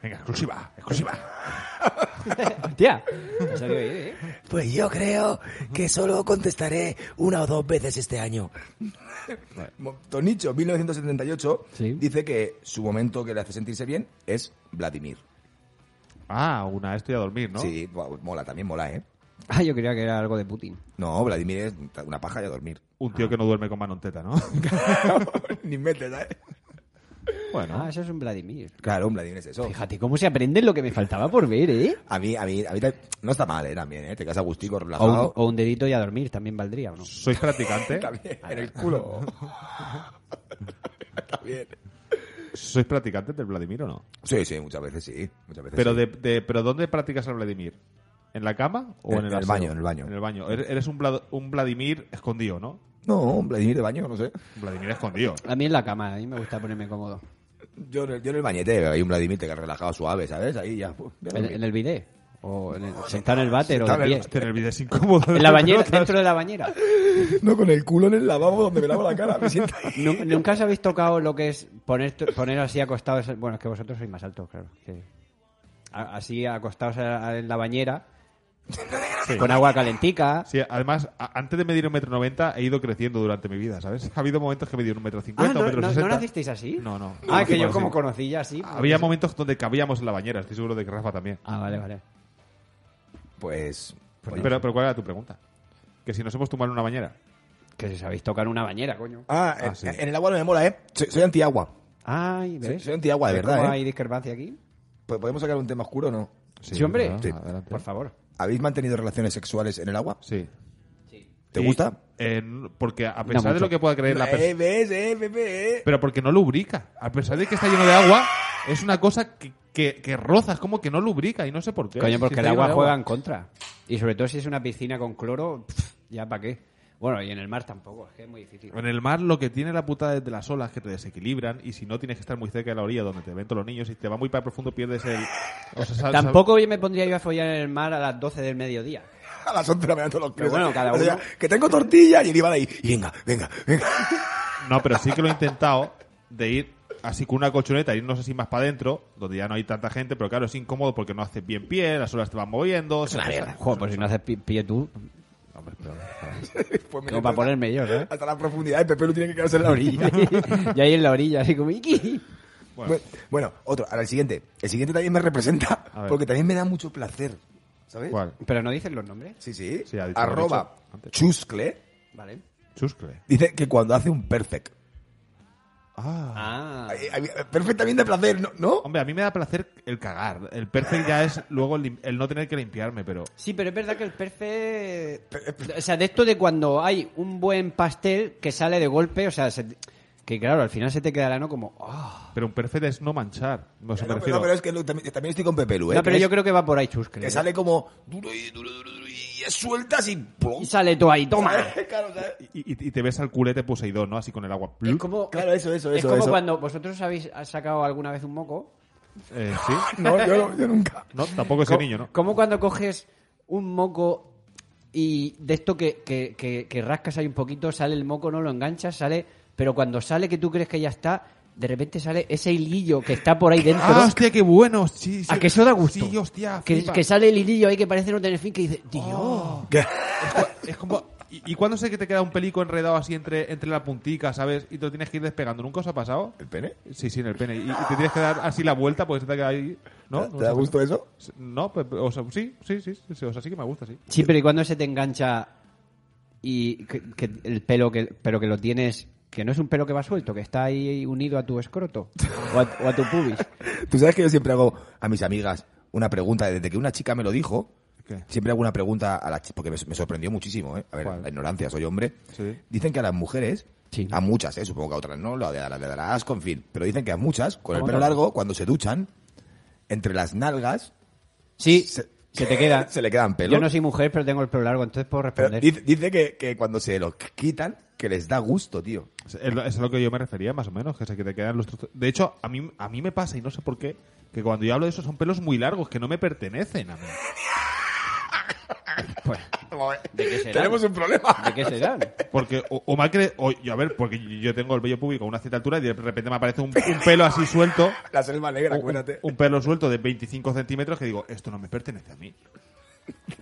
[SPEAKER 1] Venga, exclusiva, exclusiva.
[SPEAKER 2] Hostia. te salió ahí, ¿eh?
[SPEAKER 7] Pues yo creo que solo contestaré una o dos veces este año.
[SPEAKER 3] Mo- (laughs) Tonicho, 1978,
[SPEAKER 2] Sí.
[SPEAKER 3] dice que su momento que le hace sentirse bien es Vladimir.
[SPEAKER 1] Ah, una, estoy a dormir, ¿no?
[SPEAKER 3] Sí, guau, mola, también mola, ¿eh?
[SPEAKER 2] Ah, yo creía que era algo de Putin.
[SPEAKER 3] No, Vladimir es una paja y a (laughs) dormir.
[SPEAKER 1] Un tío que no duerme con mano en
[SPEAKER 3] (laughs)
[SPEAKER 1] teta, ¿no?
[SPEAKER 3] Ni metes, ¿eh? ¿sabes?
[SPEAKER 1] bueno,
[SPEAKER 2] Ah, eso es un Vladimir.
[SPEAKER 3] Claro, un Vladimir es eso.
[SPEAKER 2] Fíjate cómo se aprende lo que me faltaba por ver, ¿eh?
[SPEAKER 3] A mí, a mí, a mí ta- no está mal, ¿eh? También, ¿eh? Te quedas a gustico,
[SPEAKER 2] O un,
[SPEAKER 3] relajado.
[SPEAKER 2] o un dedito y a dormir también valdría, ¿o no?
[SPEAKER 1] ¿sois practicante?
[SPEAKER 3] También, en el culo. También.
[SPEAKER 1] ¿Sois practicantes del Vladimir o no?
[SPEAKER 3] Sí, sí, muchas veces sí. Muchas veces
[SPEAKER 1] Pero,
[SPEAKER 3] sí.
[SPEAKER 1] de, de- pero ¿dónde practicas al Vladimir? ¿En la cama o en,
[SPEAKER 3] En-
[SPEAKER 1] el
[SPEAKER 3] en el
[SPEAKER 1] aseo?
[SPEAKER 3] baño, en el baño.
[SPEAKER 1] En el baño. Er, Eres eres un, Vlad- un Vladimir escondido, ¿no?
[SPEAKER 3] No, un Vladimir de baño, no sé.
[SPEAKER 1] Un Vladimir escondido.
[SPEAKER 2] A mí en la cama, a mí me gusta ponerme cómodo.
[SPEAKER 3] Yo, en el- yo en el bañete hay un Vladimir te quedas relajado, suave, ¿sabes? Ahí ya. uf, ya
[SPEAKER 2] ¿En,
[SPEAKER 3] dormí.
[SPEAKER 2] en el bidet? ¿O en el, sentado en el váter o
[SPEAKER 3] Sentado
[SPEAKER 2] de
[SPEAKER 3] en el
[SPEAKER 2] pie?
[SPEAKER 1] Hostia, en el vídeo es incómodo.
[SPEAKER 2] ¿En la bañera? ¿Dentro de la bañera?
[SPEAKER 3] No, con el culo en el lavabo donde me lavo la cara. Me siento ahí.
[SPEAKER 2] Nu- ¿Nunca os habéis tocado lo que es poner, poner así acostados? Bueno, es que vosotros sois más altos, claro. que- a- así acostados a- a- en la bañera,
[SPEAKER 1] (laughs) Sí.
[SPEAKER 2] con agua calentica.
[SPEAKER 1] Sí, además, a- antes de medir un metro noventa he ido creciendo durante mi vida, ¿sabes? (laughs) Ha habido momentos que he medido un metro
[SPEAKER 2] Ah,
[SPEAKER 1] cincuenta,
[SPEAKER 2] ¿no,
[SPEAKER 1] un metro
[SPEAKER 2] no- no
[SPEAKER 1] sesenta.
[SPEAKER 2] nacisteis así?
[SPEAKER 1] No, no.
[SPEAKER 2] Ah, que
[SPEAKER 1] Nací
[SPEAKER 2] yo
[SPEAKER 1] así.
[SPEAKER 2] como conocí ya así. pues-
[SPEAKER 1] Había momentos donde cabíamos en la bañera, estoy seguro de que Rafa también.
[SPEAKER 2] Ah, vale, vale.
[SPEAKER 3] Pues. oye.
[SPEAKER 1] Pero, pero ¿cuál era tu pregunta? Que si nos hemos tumbado en una bañera.
[SPEAKER 2] Que si sabéis tocar una bañera, coño.
[SPEAKER 3] Ah,
[SPEAKER 1] Ah,
[SPEAKER 3] en,
[SPEAKER 1] sí.
[SPEAKER 3] en el agua no me mola, ¿eh? Soy, soy antiagua.
[SPEAKER 2] Ay,
[SPEAKER 3] Soy,
[SPEAKER 2] ¿ves?
[SPEAKER 3] soy antiagua, de
[SPEAKER 2] ¿Ves
[SPEAKER 3] verdad,
[SPEAKER 2] cómo
[SPEAKER 3] ¿eh?
[SPEAKER 2] hay discrepancia aquí?
[SPEAKER 3] Po- ¿Podemos sacar un tema oscuro o no?
[SPEAKER 2] Sí, hombre.
[SPEAKER 1] ¿verdad?
[SPEAKER 3] Sí.
[SPEAKER 1] Adelante.
[SPEAKER 2] Por favor.
[SPEAKER 3] ¿Habéis mantenido relaciones sexuales en el agua?
[SPEAKER 1] Sí.
[SPEAKER 3] ¿Te
[SPEAKER 1] Y,
[SPEAKER 3] gusta?
[SPEAKER 1] eh, porque a pesar de
[SPEAKER 2] mucho.
[SPEAKER 1] lo que pueda creer la persona...
[SPEAKER 3] Eh, ¿Ves, eh, Pepe, eh?
[SPEAKER 1] Pero porque no lubrica. A pesar de que está lleno de agua, es una cosa que, que, que rozas, como que no lubrica y no sé por qué.
[SPEAKER 2] Coño,
[SPEAKER 1] Si
[SPEAKER 2] porque
[SPEAKER 1] está
[SPEAKER 2] el
[SPEAKER 1] lleno
[SPEAKER 2] agua
[SPEAKER 1] de
[SPEAKER 2] juega en contra. Y sobre todo si es una piscina con cloro, pf, ya para qué. Bueno, y en el mar tampoco, es que es muy difícil.
[SPEAKER 1] En el mar lo que tiene la puta de las olas que te desequilibran y si no tienes que estar muy cerca de la orilla donde te ven todos los niños y te va muy para profundo pierdes el... o sea, sal- sal-
[SPEAKER 2] Tampoco yo me pondría yo a follar en el mar a las 12 del mediodía.
[SPEAKER 3] A las 11 de la mañana todos los
[SPEAKER 2] Pero
[SPEAKER 3] pies.
[SPEAKER 2] bueno, cada
[SPEAKER 3] O sea,
[SPEAKER 2] uno-
[SPEAKER 3] que tengo tortilla y el Iván ahí. y Venga, venga, venga.
[SPEAKER 1] No, pero sí que lo he intentado de ir así con una colchoneta, irnos así más para adentro, donde ya no hay tanta gente, pero claro, es incómodo porque no haces bien pie, las olas te van moviendo... se-
[SPEAKER 2] Joder, pues si no haces pi- pie tú,
[SPEAKER 1] Hombre, pero-
[SPEAKER 3] (laughs) Pues me
[SPEAKER 2] no para ponerme yo,
[SPEAKER 3] (laughs)
[SPEAKER 2] ¿eh?
[SPEAKER 3] Hasta la profundidad, el Pepe lo tiene que quedarse en la orilla.
[SPEAKER 2] (laughs) y ahí en la orilla, así como... "Iki".
[SPEAKER 1] Bueno.
[SPEAKER 3] Bu- (laughs) Bueno, otro. Ahora el siguiente. El siguiente también me representa
[SPEAKER 1] A ver.
[SPEAKER 3] porque también me da mucho placer. ¿Sabes?
[SPEAKER 1] ¿Cuál?
[SPEAKER 2] Pero no dicen los nombres.
[SPEAKER 3] Sí, sí.
[SPEAKER 1] Sí, ha dicho-
[SPEAKER 3] Arroba
[SPEAKER 1] lo ha dicho antes.
[SPEAKER 3] chuscle
[SPEAKER 2] Vale.
[SPEAKER 1] Chuscle.
[SPEAKER 3] dice que cuando hace un perfect.
[SPEAKER 2] Ah,
[SPEAKER 3] Ay, ay, Perfect también de placer, ¿no? ¿no?
[SPEAKER 1] Hombre, a mí me da placer el cagar. El perfect ya es luego el, lim- el no tener que limpiarme, pero...
[SPEAKER 2] Sí, pero es verdad que el perfe... O sea, de esto de cuando hay un buen pastel que sale de golpe, o sea, se- que claro, al final se te quedará, ¿no? Como... "Ah".
[SPEAKER 1] Pero un perfect es no manchar. No sé, me
[SPEAKER 3] No, pero,
[SPEAKER 1] refiero.
[SPEAKER 3] no, pero es que lo- también, también estoy con Pepe Lu, ¿eh?
[SPEAKER 2] no, pero
[SPEAKER 3] Que
[SPEAKER 2] yo
[SPEAKER 3] es-
[SPEAKER 2] creo que va por ahí chuscle.
[SPEAKER 3] Que
[SPEAKER 2] ¿eh?
[SPEAKER 3] sale como duro y duro, duro, duro y sueltas y ¡plum!
[SPEAKER 2] Y sale todo ahí, (laughs) toma.
[SPEAKER 3] claro, ¿sabes?
[SPEAKER 1] y, y- y te ves al culete Poseidón, ¿no? Así con el agua.
[SPEAKER 2] Es como,
[SPEAKER 3] Claro, eso, eso,
[SPEAKER 2] es
[SPEAKER 3] eso,
[SPEAKER 2] como
[SPEAKER 3] eso.
[SPEAKER 2] cuando vosotros habéis sacado alguna vez un moco.
[SPEAKER 1] Eh, sí.
[SPEAKER 3] No, yo, no- yo nunca.
[SPEAKER 1] No, tampoco ese
[SPEAKER 2] Co-
[SPEAKER 1] niño, Pues ¿no?
[SPEAKER 2] Como cuando coges un moco y de esto que, que- que- que rascas ahí un poquito, sale el moco, no lo enganchas, sale. Pero cuando sale que tú crees que ya está, de repente sale ese hilillo que está por ahí dentro.
[SPEAKER 1] ¡Ah, hostia, qué bueno! Sí, sí.
[SPEAKER 2] ¿A que eso da gusto?
[SPEAKER 1] Sí, hostia,
[SPEAKER 2] que,
[SPEAKER 1] flipa. Oh.
[SPEAKER 2] que sale el hilillo ahí que parece no tener fin, que dice, tío.
[SPEAKER 1] Es como... ¿Y, y cuándo sé que te queda un pelico enredado así entre, entre la puntica, ¿sabes? Y te lo tienes que ir despegando. ¿Nunca os ha pasado?
[SPEAKER 3] ¿El pene?
[SPEAKER 1] Sí, sí, en el pene. Y, y te tienes que dar así la vuelta porque se te queda ahí... ¿No?
[SPEAKER 3] ¿Te da gusto eso?
[SPEAKER 1] No, pues, o sea, sí, sí, sí, sí, O sea, sí que me gusta, sí.
[SPEAKER 2] Sí, pero ¿y cuando se te engancha y que, que el pelo, que, pero que lo tienes, que no es un pelo que va suelto, que está ahí unido a tu escroto o a, o a tu pubis?
[SPEAKER 3] Tú sabes que yo siempre hago a mis amigas una pregunta, desde que una chica me lo dijo,
[SPEAKER 1] ¿Qué?
[SPEAKER 3] siempre hago una pregunta a las chicas, porque me, me sorprendió muchísimo, ¿eh? A ver,
[SPEAKER 1] ¿Cuál?
[SPEAKER 3] la ignorancia, soy hombre.
[SPEAKER 1] Sí.
[SPEAKER 3] Dicen que a las mujeres,
[SPEAKER 2] Sí.
[SPEAKER 3] a muchas, ¿eh? supongo que a otras no, lo de- le dará asco, en fin, pero dicen que a muchas, con el
[SPEAKER 2] ¿Cómo
[SPEAKER 3] pelo
[SPEAKER 2] no?
[SPEAKER 3] largo, cuando se duchan, entre las nalgas
[SPEAKER 2] Sí,
[SPEAKER 3] Se-
[SPEAKER 2] se, te queda.
[SPEAKER 3] se le quedan pelos.
[SPEAKER 2] Yo no soy mujer, pero tengo el pelo largo, entonces puedo
[SPEAKER 3] Pero
[SPEAKER 2] responder.
[SPEAKER 3] dice, dice que, que cuando se lo quitan, que les da gusto, tío.
[SPEAKER 1] Es, es lo- es a lo que yo me refería, más o menos, que se que te quedan los trozos- De hecho, a mí, a mí me pasa, y no sé por qué, que cuando yo hablo de eso son pelos muy largos que no me pertenecen a mí.
[SPEAKER 2] ¿De qué será?
[SPEAKER 3] Tenemos un problema.
[SPEAKER 2] Pues, ¿De qué serán?
[SPEAKER 1] Porque, o, o mal que- o- yo, a ver, porque yo tengo el vello público a una cierta altura y de repente me aparece un, un pelo así suelto.
[SPEAKER 3] La selva
[SPEAKER 2] Uh,
[SPEAKER 3] negra,
[SPEAKER 1] un- Un,
[SPEAKER 3] acuérdate.
[SPEAKER 1] un pelo suelto de 25 centímetros que digo, esto no me pertenece a mí.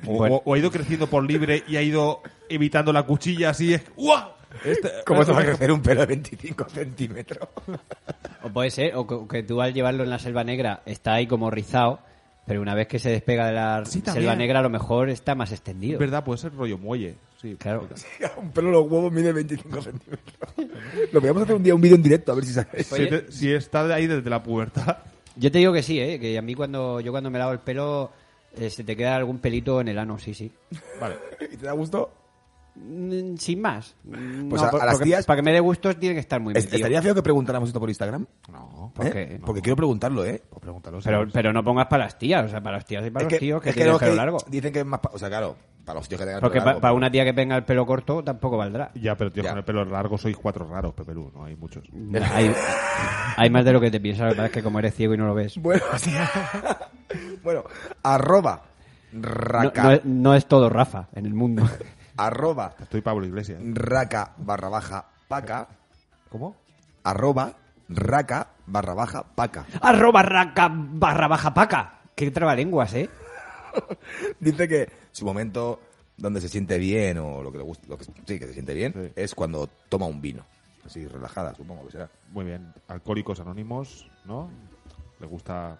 [SPEAKER 1] O,
[SPEAKER 2] Bueno.
[SPEAKER 1] o- o ha ido creciendo por libre y ha ido evitando la cuchilla así. Es, ¡Uah!
[SPEAKER 2] uh,
[SPEAKER 1] Este-
[SPEAKER 3] (laughs)
[SPEAKER 2] (laughs)
[SPEAKER 3] ¿Cómo se va a crecer un pelo de 25 centímetros? (laughs)
[SPEAKER 2] O puede ser, o que, o que tú al llevarlo en la selva negra está ahí como rizado, Pero una vez que se despega de la
[SPEAKER 1] Sí, también.
[SPEAKER 2] selva negra, a lo mejor está más extendido.
[SPEAKER 1] verdad, puede ser rollo muelle. Sí,
[SPEAKER 2] Claro.
[SPEAKER 1] puede ser.
[SPEAKER 3] Un pelo de los huevos mide 25 centímetros. Lo que vamos a hacer un día un vídeo en directo, a ver si sale.
[SPEAKER 1] Si, te- si está de ahí desde la pubertad,
[SPEAKER 2] Yo te digo que sí, ¿eh? que a mí cuando yo cuando me lavo el pelo eh, se te queda algún pelito en el ano, sí, sí.
[SPEAKER 1] vale.
[SPEAKER 3] (laughs) ¿Y te da gusto?
[SPEAKER 2] Mm, Sin más. Mm,
[SPEAKER 3] Pues
[SPEAKER 2] no,
[SPEAKER 3] a-
[SPEAKER 2] por-
[SPEAKER 3] a las
[SPEAKER 2] porque-
[SPEAKER 3] tías-
[SPEAKER 2] Para que me dé gustos tiene que estar muy
[SPEAKER 3] Es-
[SPEAKER 2] metido.
[SPEAKER 3] estaría feo que preguntáramos esto por Instagram.
[SPEAKER 1] No.
[SPEAKER 2] ¿Por
[SPEAKER 3] ¿eh?
[SPEAKER 2] qué?
[SPEAKER 3] Porque quiero preguntarlo, ¿eh?
[SPEAKER 1] Pues pregúntalo.
[SPEAKER 2] Pero,
[SPEAKER 1] ¿sabes?
[SPEAKER 2] pero no pongas para las tías, o sea, para los tíos y para los tíos que
[SPEAKER 3] es
[SPEAKER 2] tienen
[SPEAKER 3] luego
[SPEAKER 2] pelo
[SPEAKER 3] que
[SPEAKER 2] largo.
[SPEAKER 3] Dicen que es más. pa- o sea, claro, para los tíos que tengan
[SPEAKER 2] Porque
[SPEAKER 3] pelo
[SPEAKER 2] para
[SPEAKER 3] largo, pues,
[SPEAKER 2] una tía que tenga el pelo corto tampoco valdrá.
[SPEAKER 1] (laughs) Ya, pero tío,
[SPEAKER 3] Ya.
[SPEAKER 1] con el pelo largo sois cuatro raros, Peperú, no hay muchos.
[SPEAKER 2] Hay, hay más de lo que te piensas, la verdad es que como eres ciego y no lo ves.
[SPEAKER 3] Bueno, (laughs) o sea, bueno, arroba
[SPEAKER 2] No,
[SPEAKER 3] raca,
[SPEAKER 2] no es- no es todo Rafa en el mundo.
[SPEAKER 3] arroba
[SPEAKER 1] Estoy Pablo Iglesias. ¿eh?
[SPEAKER 3] raca barra baja paca,
[SPEAKER 1] ¿Cómo?
[SPEAKER 3] arroba raca barra baja paca.
[SPEAKER 2] (laughs) Arroba raca barra baja paca. Qué trabalenguas, ¿eh?
[SPEAKER 3] Dice que su momento donde se siente bien o lo que le gusta, lo que, sí, que se siente bien,
[SPEAKER 1] Sí.
[SPEAKER 3] es cuando toma un vino. Así, relajada, supongo que será.
[SPEAKER 1] Muy bien. Alcohólicos Anónimos, ¿no? Le gusta...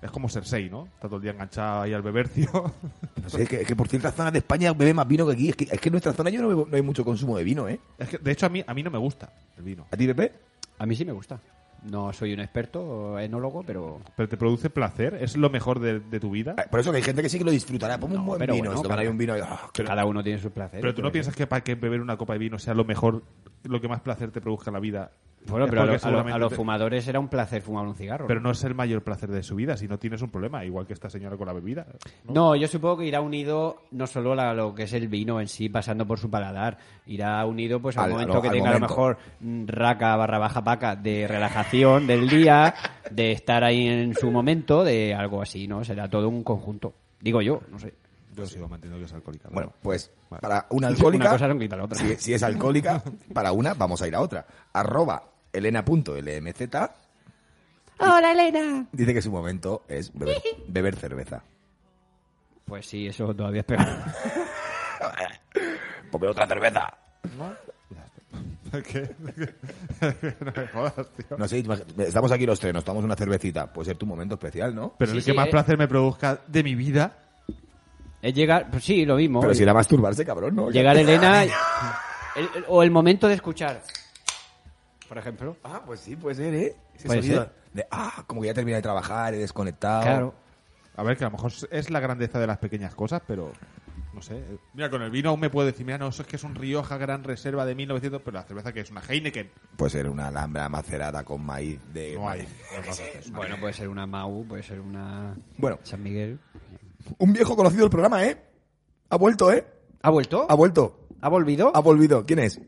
[SPEAKER 1] Es como Cersei, ¿no? Está todo el día enganchado ahí al bebercio. (laughs)
[SPEAKER 3] No sé, es que, es que por ciertas zonas de España bebe más vino que aquí. Es que, es que en nuestra zona yo no, bebo- no hay mucho consumo de vino, ¿eh?
[SPEAKER 1] es que, de hecho, a mí, a mí no me gusta el vino.
[SPEAKER 3] ¿A ti, Pepe?
[SPEAKER 2] A mí sí me gusta. No soy un experto enólogo, pero...
[SPEAKER 1] Pero te produce placer, es lo mejor de, de tu vida.
[SPEAKER 3] Eh, Por eso que hay gente que sí que lo disfrutará. Ponme un
[SPEAKER 2] No,
[SPEAKER 3] buen
[SPEAKER 2] pero
[SPEAKER 3] vino.
[SPEAKER 2] bueno,
[SPEAKER 3] se tomará ahí
[SPEAKER 2] claro.
[SPEAKER 3] un vino y, ah, qué
[SPEAKER 2] Cada uno tiene sus placeres.
[SPEAKER 1] Pero tú no
[SPEAKER 2] creo que-
[SPEAKER 1] piensas que para que beber una copa de vino sea lo mejor, lo que más placer te produzca en la vida.
[SPEAKER 2] Bueno,
[SPEAKER 1] Es
[SPEAKER 2] pero a,
[SPEAKER 1] porque
[SPEAKER 2] lo- a lo- a
[SPEAKER 1] seguramente
[SPEAKER 2] los
[SPEAKER 1] te-
[SPEAKER 2] fumadores era un placer fumar un cigarro.
[SPEAKER 1] Pero
[SPEAKER 2] ¿no?
[SPEAKER 1] no es el mayor placer de su vida si no tienes un problema, igual que esta señora con la bebida. ¿no?
[SPEAKER 2] No, yo supongo que irá unido no solo a lo que es el vino en sí, pasando por su paladar, irá unido pues al,
[SPEAKER 3] Al-
[SPEAKER 2] momento
[SPEAKER 3] a lo-
[SPEAKER 2] que
[SPEAKER 3] al
[SPEAKER 2] tenga
[SPEAKER 3] momento.
[SPEAKER 2] a lo mejor mm, raca barra baja paca de relajación del día, de estar ahí en su momento, de algo así, ¿no? Será todo un conjunto. Digo yo, no sé.
[SPEAKER 1] Yo sigo manteniendo que es alcohólica. ¿no?
[SPEAKER 3] Bueno, pues
[SPEAKER 1] Vale.
[SPEAKER 3] para una
[SPEAKER 2] (laughs)
[SPEAKER 3] alcohólica,
[SPEAKER 2] Una cosa no quita la otra.
[SPEAKER 3] si, si es alcohólica, para una vamos a ir a otra. Arroba elena.lmz
[SPEAKER 6] Hola, Elena.
[SPEAKER 3] dice que su momento es beber,
[SPEAKER 1] (laughs)
[SPEAKER 3] beber cerveza.
[SPEAKER 2] Pues sí, eso todavía es peor.
[SPEAKER 3] Pues otra cerveza.
[SPEAKER 1] (laughs) ¿Qué? no me jodas, tío.
[SPEAKER 3] No sé, imag- estamos aquí los tres, nos tomamos una cervecita. Puede ser tu momento especial, ¿no?
[SPEAKER 1] Pero
[SPEAKER 2] Sí,
[SPEAKER 1] el que
[SPEAKER 2] sí,
[SPEAKER 1] más
[SPEAKER 2] eh.
[SPEAKER 1] placer me produzca de mi vida,
[SPEAKER 2] Es llegar, pues sí, lo mismo.
[SPEAKER 3] Pero si era masturbarse, cabrón, ¿no? (laughs)
[SPEAKER 2] Llegar Elena el- el- o el momento de escuchar, por ejemplo.
[SPEAKER 3] Ah, pues sí, puede ser, ¿eh? Ese
[SPEAKER 2] Puede
[SPEAKER 3] sonido
[SPEAKER 2] ser.
[SPEAKER 3] de, ah, como que ya terminé de trabajar, he desconectado.
[SPEAKER 2] Claro.
[SPEAKER 1] a ver, que a lo mejor es la grandeza de las pequeñas cosas, pero no sé. eh. Mira, con el vino aún me puedo decir, mira, no, eso es que es un Rioja Gran Reserva de 1900, pero la cerveza que es una Heineken.
[SPEAKER 3] Puede ser una alhambra macerada con maíz de...
[SPEAKER 1] No hay. No pasa eso.
[SPEAKER 2] Bueno, puede ser una Mau, puede ser una
[SPEAKER 3] (laughs) Bueno.
[SPEAKER 2] San Miguel.
[SPEAKER 3] Un viejo conocido del programa, ¿eh? Ha vuelto, ¿eh?
[SPEAKER 2] ¿Ha vuelto?
[SPEAKER 3] Ha vuelto.
[SPEAKER 2] ¿Ha volvido?
[SPEAKER 3] Ha volvido. ¿Quién es?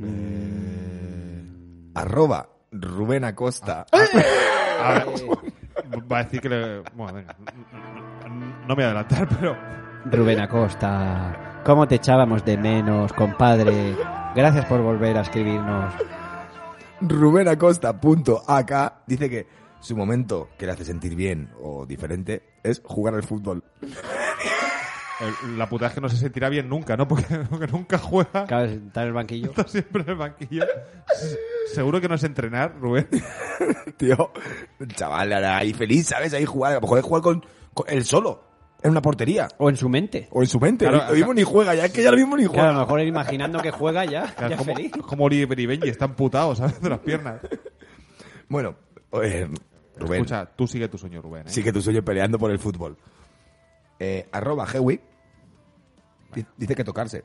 [SPEAKER 1] Eh,
[SPEAKER 3] Arroba Rubén Acosta.
[SPEAKER 1] Ah.
[SPEAKER 3] Ah.
[SPEAKER 1] Ahora, (laughs) va a decir que le... Bueno, venga. No me voy a adelantar, (laughs) pero...
[SPEAKER 2] Rubén Acosta, ¿cómo te echábamos de menos, compadre? Gracias por volver a escribirnos.
[SPEAKER 3] Rubén Acosta.ak dice que su momento que le hace sentir bien o diferente es jugar al fútbol. (laughs)
[SPEAKER 1] el- la puta es que no se sentirá bien nunca, ¿no? (laughs) Porque, porque nunca juega.
[SPEAKER 2] Acabas de sentar en el banquillo.
[SPEAKER 1] Está (laughs) siempre en el banquillo. Se- Seguro que no es entrenar, Rubén.
[SPEAKER 3] Tío, el chaval ahora ahí feliz, ¿sabes? Ahí jugar. A lo mejor es jugar con, con él solo. En una portería.
[SPEAKER 2] O en su mente.
[SPEAKER 3] O en su mente.
[SPEAKER 1] Claro,
[SPEAKER 3] lo mismo ni juega. Ya es que ya lo mismo ni
[SPEAKER 2] Claro, a lo
[SPEAKER 3] juega.
[SPEAKER 2] mejor él imaginando que juega ya,
[SPEAKER 1] Claro,
[SPEAKER 2] ya
[SPEAKER 1] es como,
[SPEAKER 2] feliz.
[SPEAKER 1] es como Oliver y Benji, están putados, ¿sabes? De las piernas.
[SPEAKER 3] Bueno, eh, Rubén.
[SPEAKER 1] Escucha, tú sigue tu sueño, Rubén. ¿eh?
[SPEAKER 3] Sí que tú sueño peleando por el fútbol. Eh, arroba Hewi. Di- Dice que tocarse.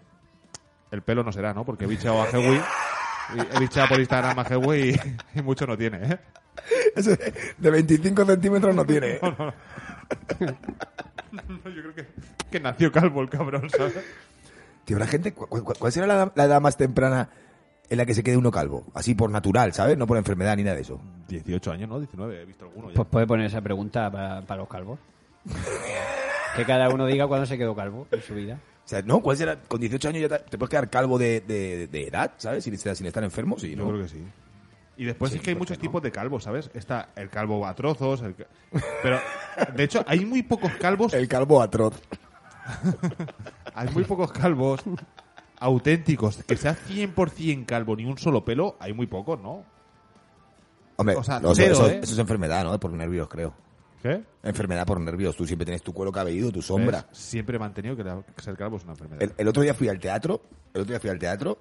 [SPEAKER 1] El pelo no será, ¿no? Porque he bichado a Hewi. y- He bichado por Instagram a Hewi y, y mucho no tiene, ¿eh?
[SPEAKER 3] Eso de de 25 centímetros no tiene. ¿eh?
[SPEAKER 1] (laughs) No, Yo creo que, que nació calvo el cabrón, ¿sabes? (laughs)
[SPEAKER 3] Tío, la gente, cu- cu- ¿cuál será la, la edad más temprana en la que se quede uno calvo? Así por natural, ¿sabes? No por enfermedad ni nada de eso.
[SPEAKER 1] 18 años, ¿no? 19, he visto alguno ya.
[SPEAKER 2] Pues puede poner esa pregunta para, para los calvos. Que cada uno diga cuándo se quedó calvo en su vida.
[SPEAKER 3] O sea, no, ¿cuál será? Con 18 años ya te, te puedes quedar calvo de, de- de edad, ¿sabes? Sin, sin estar enfermo, sí,
[SPEAKER 1] Yo
[SPEAKER 3] ¿no?
[SPEAKER 1] creo que sí. Y después
[SPEAKER 3] Sí,
[SPEAKER 1] es que hay
[SPEAKER 3] ¿por qué
[SPEAKER 1] muchos
[SPEAKER 3] no?
[SPEAKER 1] tipos de calvos, ¿sabes? Está el calvo a trozos, el... ca- pero de hecho hay muy pocos (laughs) calvos,
[SPEAKER 3] El calvo atroz.
[SPEAKER 1] hay muy pocos calvos auténticos que sea 100% calvo ni un solo pelo, hay muy pocos, ¿no?
[SPEAKER 3] Hombre,
[SPEAKER 1] O sea,
[SPEAKER 3] no, eso,
[SPEAKER 1] cero,
[SPEAKER 3] eso-
[SPEAKER 1] ¿eh?
[SPEAKER 3] eso es enfermedad, ¿no? Por nervios, creo.
[SPEAKER 1] ¿Qué?
[SPEAKER 3] Enfermedad por nervios. Tú siempre tienes tu cuero cabelludo, tu sombra.
[SPEAKER 1] ¿Ves? Siempre he mantenido que la- que ser calvo es una enfermedad.
[SPEAKER 3] El, el otro día fui al teatro, el otro día fui al teatro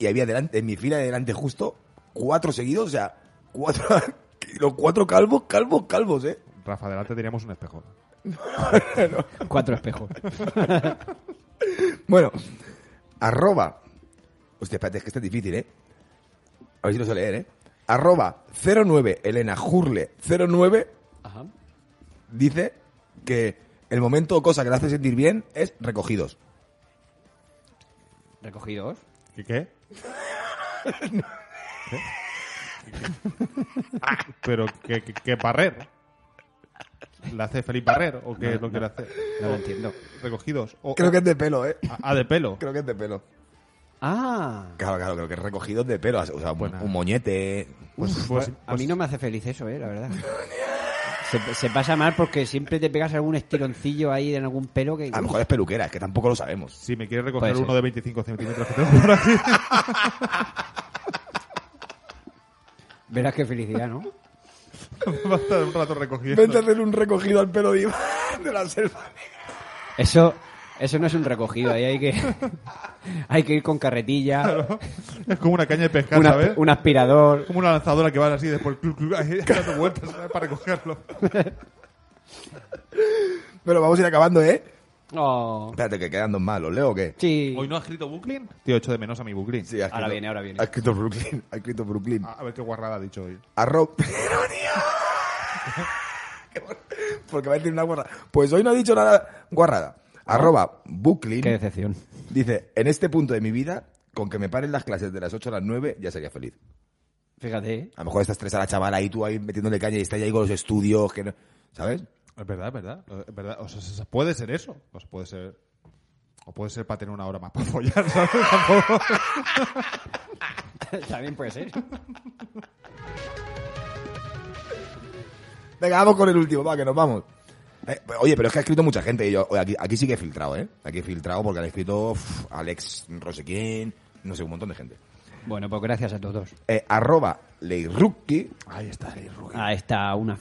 [SPEAKER 3] y había delante, en mi fila de delante justo cuatro seguidos, o sea, cuatro, (laughs) los cuatro calvos, calvos, calvos, ¿eh?
[SPEAKER 1] Rafa, delante teníamos un espejo.
[SPEAKER 2] Cuatro espejos.
[SPEAKER 3] Bueno, arroba. Hostia, espérate, es que está difícil, ¿eh? A ver si lo sé leer, ¿eh? Arroba 09 Elena Jurle 09
[SPEAKER 2] Ajá.
[SPEAKER 3] dice que el momento o cosa que la hace sentir bien es recogidos.
[SPEAKER 2] Recogidos.
[SPEAKER 1] ¿Y qué? ¿Qué? Pero que, que, que Barrer. ¿La hace Felipe Barrer o qué es lo que le hace?
[SPEAKER 2] No lo entiendo.
[SPEAKER 1] Recogidos. O,
[SPEAKER 3] Creo que es de pelo, ¿eh?
[SPEAKER 1] a, a de pelo.
[SPEAKER 3] Creo que es de pelo.
[SPEAKER 2] Ah.
[SPEAKER 3] Claro, claro, creo que es recogidos de pelo. O sea, un,
[SPEAKER 1] Pues nada.
[SPEAKER 3] un moñete.
[SPEAKER 1] Pues, pues-
[SPEAKER 2] A mí
[SPEAKER 1] pues-
[SPEAKER 2] no me hace feliz eso, eh, la verdad. Se, se pasa mal porque siempre te pegas algún estironcillo ahí en algún pelo que...
[SPEAKER 3] A lo mejor es peluquera, es que tampoco lo sabemos.
[SPEAKER 1] Si me quieres recoger
[SPEAKER 2] Puede ser.
[SPEAKER 1] uno de 25 centímetros que tengo por aquí. (laughs)
[SPEAKER 2] Verás qué felicidad, ¿no?
[SPEAKER 1] me va a estar un rato recogiendo.
[SPEAKER 3] Vente a hacer un recogido al pelo de Iván de la selva.
[SPEAKER 2] Eso, eso no es un recogido, ahí hay que, hay que ir con carretilla,
[SPEAKER 1] Es como una caña de pescar,
[SPEAKER 2] una-
[SPEAKER 1] ¿sabes?
[SPEAKER 2] un aspirador.
[SPEAKER 1] Como una lanzadora que va así después cluc, cluc, ahí, (laughs) dando vueltas ¿sabes? para recogerlo.
[SPEAKER 3] Pero vamos a ir acabando, ¿eh?
[SPEAKER 2] Oh,
[SPEAKER 3] Espérate, que quedan dos más. ¿Los leo o qué?
[SPEAKER 2] sí.
[SPEAKER 1] ¿Hoy no ha escrito Brooklyn? Tío, echo de menos a mi Brooklyn.
[SPEAKER 3] Sí, ha
[SPEAKER 2] Ahora viene, ahora viene.
[SPEAKER 3] Ha escrito Brooklyn. Ha escrito Brooklyn.
[SPEAKER 1] A a ver qué guarrada ha dicho hoy.
[SPEAKER 3] (laughs) Arroba. Pero, tío. Porque va a decir una guarrada. Pues hoy no ha dicho nada guarrada. Arroba Brooklyn.
[SPEAKER 2] Ah. Qué decepción.
[SPEAKER 3] Dice, en este punto de mi vida, con que me paren las clases de las 8 a las 9, ya sería feliz.
[SPEAKER 2] Fíjate,
[SPEAKER 1] (laughs)
[SPEAKER 2] ¿eh?
[SPEAKER 3] A lo mejor estás tres a la chavala y tú ahí metiéndole caña y está ya ahí con los estudios, que no- ¿sabes?
[SPEAKER 1] Es verdad, es verdad. Eh, Es verdad. O sea, se- se- puede ser eso. O sea, puede ser. O puede ser para tener una hora más para follar, ¿sabes? Tampoco.
[SPEAKER 2] También puede ser.
[SPEAKER 3] Venga, vamos con el último, va, que nos vamos. Eh, oye, pero es que ha escrito mucha gente. Y yo, oye, aquí, aquí sí que he filtrado, ¿eh? Aquí he filtrado porque han escrito uf, Alex Rosequín, no sé, un montón de gente.
[SPEAKER 2] Bueno, pues gracias a todos.
[SPEAKER 3] Eh, arroba Leiruki.
[SPEAKER 1] Ahí está, ahí, Rubén.
[SPEAKER 2] Ah, está una...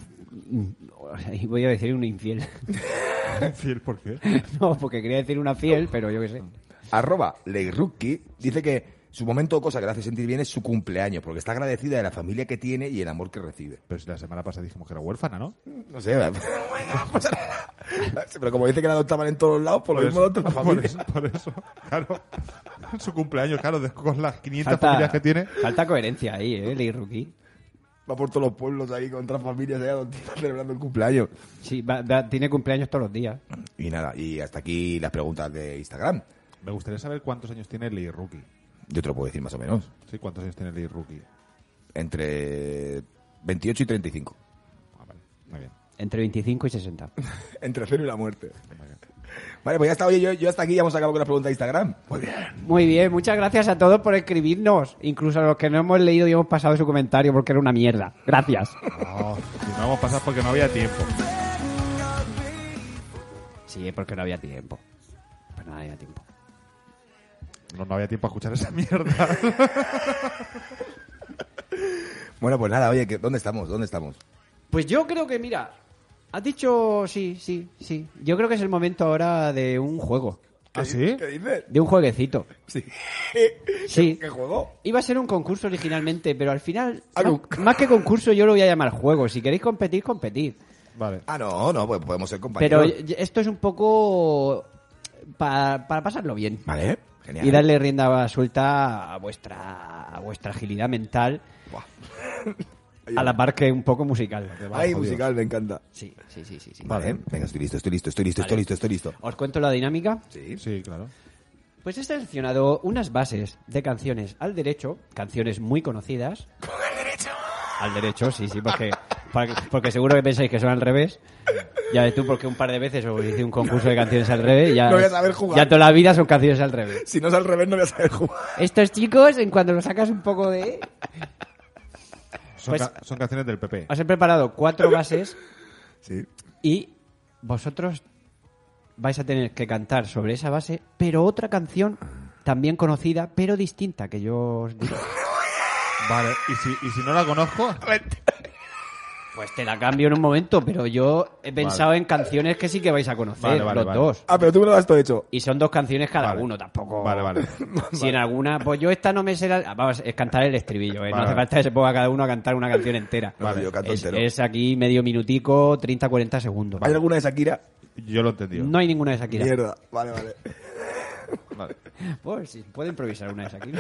[SPEAKER 2] o sea, y Voy a decir una
[SPEAKER 1] (laughs)
[SPEAKER 2] infiel.
[SPEAKER 1] Fiel, ¿por qué?
[SPEAKER 2] (laughs) No, porque quería decir una fiel, pero yo qué sé.
[SPEAKER 3] Arroba Leiruki dice que su momento o cosa que le hace sentir bien es su cumpleaños, porque está agradecida de la familia que tiene y el amor que recibe.
[SPEAKER 1] Pero si la semana pasada dijimos que era huérfana, ¿no?
[SPEAKER 3] No sé, (laughs) bueno, pues, (laughs) pero como dice que la adoptaban en todos lados, por lo mismo adoptan la
[SPEAKER 1] por
[SPEAKER 3] familia.
[SPEAKER 1] eso, por eso. Claro. Su cumpleaños, claro, de- con las 500
[SPEAKER 2] Falta,
[SPEAKER 1] familias que tiene.
[SPEAKER 2] falta coherencia ahí, ¿eh? Ley Rookie.
[SPEAKER 3] Va por todos los pueblos ahí con otras familias ahí adoptivas celebrando el cumpleaños.
[SPEAKER 2] Sí, va- va- tiene cumpleaños todos los días.
[SPEAKER 3] Y nada, y hasta aquí las preguntas de Instagram.
[SPEAKER 1] Me gustaría saber cuántos años tiene Lee Rookie.
[SPEAKER 3] Yo te lo puedo decir más o menos.
[SPEAKER 1] Sí, cuántos años tiene Lee Rookie.
[SPEAKER 3] Entre 28 y 35.
[SPEAKER 1] Ah, vale. Muy bien.
[SPEAKER 2] Entre 25 y 60.
[SPEAKER 3] Entre cero y la muerte. Vale, pues ya está. Oye, yo, yo hasta aquí ya hemos acabado con las preguntas de Instagram. Muy bien.
[SPEAKER 2] Muy bien, muchas gracias a todos por escribirnos. Incluso a los que no hemos leído y hemos pasado su comentario porque era una mierda. Gracias.
[SPEAKER 1] No, si no vamos a pasar porque no había tiempo.
[SPEAKER 2] Sí, porque no había tiempo. Pero Pues no había tiempo.
[SPEAKER 1] No, no había tiempo a escuchar esa mierda.
[SPEAKER 3] Bueno, pues nada, oye, que- ¿dónde estamos? ¿Dónde estamos?
[SPEAKER 2] Pues yo creo que, mira, has dicho sí, sí, sí. Yo creo que es el momento ahora de un juego.
[SPEAKER 1] ¿Ah, sí?
[SPEAKER 3] dices?
[SPEAKER 2] De un jueguecito.
[SPEAKER 3] Sí.
[SPEAKER 2] (laughs) Sí.
[SPEAKER 3] juego?
[SPEAKER 2] Iba a ser un concurso originalmente, pero al
[SPEAKER 3] (laughs)
[SPEAKER 2] final,
[SPEAKER 3] Ah,
[SPEAKER 2] más,
[SPEAKER 3] no.
[SPEAKER 2] más que concurso, yo lo voy a llamar juego. Si queréis competir, competid.
[SPEAKER 1] Vale.
[SPEAKER 3] Ah, no, no, pues podemos ser compañeros.
[SPEAKER 2] Pero y- esto es un poco pa- para pasarlo bien.
[SPEAKER 3] Vale, genial.
[SPEAKER 2] eh, y darle rienda suelta a vuestra a vuestra agilidad mental a la par que un poco musical.
[SPEAKER 3] Ay, musical, me encanta.
[SPEAKER 2] Sí, sí, sí, sí, sí.
[SPEAKER 3] Vale, venga, estoy listo, estoy listo, estoy listo, estoy listo, estoy listo.
[SPEAKER 2] Os cuento la dinámica.
[SPEAKER 3] Sí.
[SPEAKER 1] Sí, claro.
[SPEAKER 2] Pues he seleccionado unas bases de canciones al derecho, canciones muy
[SPEAKER 3] (laughs)
[SPEAKER 2] conocidas. al derecho? Al derecho, sí, sí, porque, porque, porque seguro que pensáis que son al revés. Ya ves tú, porque un par de veces os hice un concurso de canciones al revés. Ya,
[SPEAKER 3] No voy a saber jugar.
[SPEAKER 2] Ya toda la vida son canciones al revés.
[SPEAKER 3] Si no es al revés, no voy a saber jugar.
[SPEAKER 2] Estos chicos, en cuanto los sacas un poco de...
[SPEAKER 1] Son,
[SPEAKER 2] Pues-
[SPEAKER 1] ca- son canciones del PP.
[SPEAKER 2] Os he preparado cuatro
[SPEAKER 1] (laughs)
[SPEAKER 2] bases
[SPEAKER 3] Sí.
[SPEAKER 2] y vosotros vais a tener que cantar sobre esa base, pero otra canción también conocida, pero distinta, que yo os digo.
[SPEAKER 1] Vale. ¿Y si, y si no la conozco?
[SPEAKER 2] Pues te la cambio en un momento, pero yo he pensado en canciones que sí que vais a conocer,
[SPEAKER 1] Vale, vale,
[SPEAKER 2] los
[SPEAKER 1] vale.
[SPEAKER 2] dos.
[SPEAKER 3] Ah, pero tú me lo das todo hecho.
[SPEAKER 2] Y son dos canciones cada
[SPEAKER 1] Vale.
[SPEAKER 2] uno, tampoco.
[SPEAKER 1] Vale,
[SPEAKER 2] (laughs)
[SPEAKER 1] vale.
[SPEAKER 2] Si en alguna. Pues yo esta no me será. Vamos, es cantar el estribillo, ¿eh? No
[SPEAKER 1] Vale.
[SPEAKER 2] hace falta que se ponga cada uno a cantar una canción entera.
[SPEAKER 3] No, yo canto
[SPEAKER 2] es,
[SPEAKER 3] entero.
[SPEAKER 2] es aquí medio minutico, 30, 40 segundos.
[SPEAKER 3] ¿Hay alguna de Shakira?
[SPEAKER 1] Yo lo he entendido.
[SPEAKER 2] No hay ninguna de Shakira.
[SPEAKER 3] Mierda. Vale, vale.
[SPEAKER 1] Vale.
[SPEAKER 2] (laughs) Pues sí, puedo improvisar una de Shakira.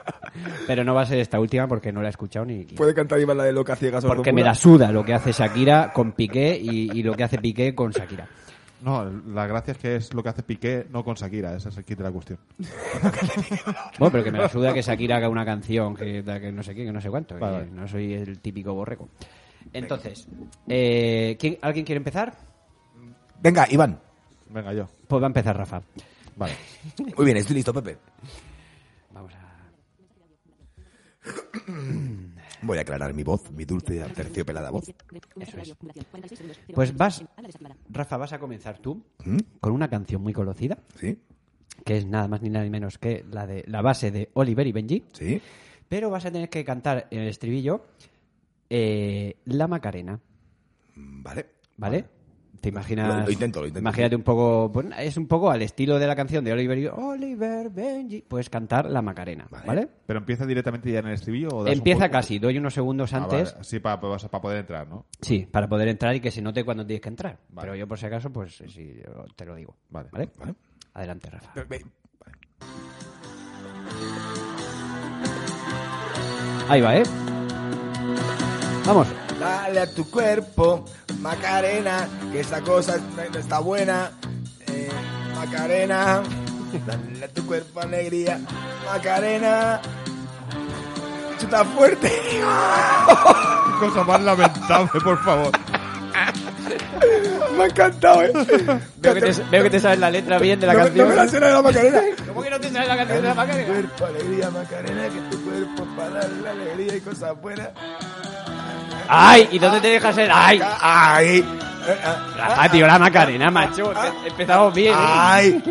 [SPEAKER 2] (laughs) Pero no va a ser esta última porque no la he escuchado ni.
[SPEAKER 3] ¿Puede cantar Iván la de loca ciega sordo
[SPEAKER 2] Porque me
[SPEAKER 3] muda?
[SPEAKER 2] la suda lo que hace Shakira con Piqué y, y lo que hace Piqué con Shakira.
[SPEAKER 1] No, la gracia es que es lo que hace Piqué, no con Shakira. Ese es el kit de la cuestión.
[SPEAKER 2] Bueno, pero que me la suda que Shakira haga una canción que, que no sé qué, que no sé cuánto.
[SPEAKER 1] Vale,
[SPEAKER 2] que
[SPEAKER 1] vale.
[SPEAKER 2] No soy el típico borrego. Entonces, eh, ¿quién- ¿alguien quiere empezar?
[SPEAKER 3] Venga, Iván.
[SPEAKER 1] Venga, yo.
[SPEAKER 2] Pues va a empezar Rafa.
[SPEAKER 1] Vale.
[SPEAKER 3] Muy bien, estoy listo, Pepe.
[SPEAKER 2] Vamos a...
[SPEAKER 3] Voy a aclarar mi voz, mi dulce terciopelada voz.
[SPEAKER 2] Eso es. Pues vas, Rafa, vas a comenzar tú con una canción muy conocida,
[SPEAKER 3] ¿Sí?
[SPEAKER 2] que es nada más ni nada menos que la de la base de Oliver y Benji,
[SPEAKER 3] ¿Sí?
[SPEAKER 2] pero vas a tener que cantar en el estribillo eh, La Macarena.
[SPEAKER 3] Vale.
[SPEAKER 2] ¿Vale? ¿Te imaginas?
[SPEAKER 3] Lo- lo intento, lo intento.
[SPEAKER 2] Imagínate un poco. bueno, es un poco al estilo de la canción de Oliver y Oliver Benji. Puedes cantar la Macarena, ¿vale?
[SPEAKER 1] ¿Pero empieza directamente ya en el estribillo o das un
[SPEAKER 2] Empieza
[SPEAKER 1] poco-
[SPEAKER 2] casi, doy unos segundos
[SPEAKER 1] Ah,
[SPEAKER 2] antes.
[SPEAKER 1] vale. Sí, para poder entrar, ¿no?
[SPEAKER 2] Sí, para poder entrar y que se note cuando tienes que entrar.
[SPEAKER 1] Vale.
[SPEAKER 2] Pero yo, por si acaso, pues sí, yo te lo digo.
[SPEAKER 1] Vale.
[SPEAKER 2] ¿Vale?
[SPEAKER 3] Vale.
[SPEAKER 2] Adelante, Rafa. Ahí va, ¿eh? Vamos.
[SPEAKER 3] Dale a tu cuerpo, Macarena, que esta cosa no está buena. Eh, Macarena, dale a tu cuerpo alegría, Macarena. Chuta fuerte. (laughs)
[SPEAKER 1] Cosa más lamentable, por favor.
[SPEAKER 3] Me ha encantado, eh.
[SPEAKER 2] Veo que, te, veo que te sabes la letra bien de la
[SPEAKER 3] No me-
[SPEAKER 2] canción.
[SPEAKER 3] No me la sé la de la Macarena.
[SPEAKER 2] ¿Cómo que no te sabes la canción de la
[SPEAKER 3] Dale a tu
[SPEAKER 2] Macarena?
[SPEAKER 3] cuerpo alegría, Macarena, que tu cuerpo es para darle alegría y cosas buenas.
[SPEAKER 2] ¡Ay! ¿Y dónde te dejas el...? ¡Ay!
[SPEAKER 1] Ah,
[SPEAKER 3] Ay, eh, ah,
[SPEAKER 2] Rafa, tío, la Macarena, macho.
[SPEAKER 1] ah,
[SPEAKER 2] Empe- Empezamos bien, ¿eh?
[SPEAKER 3] (laughs) ay.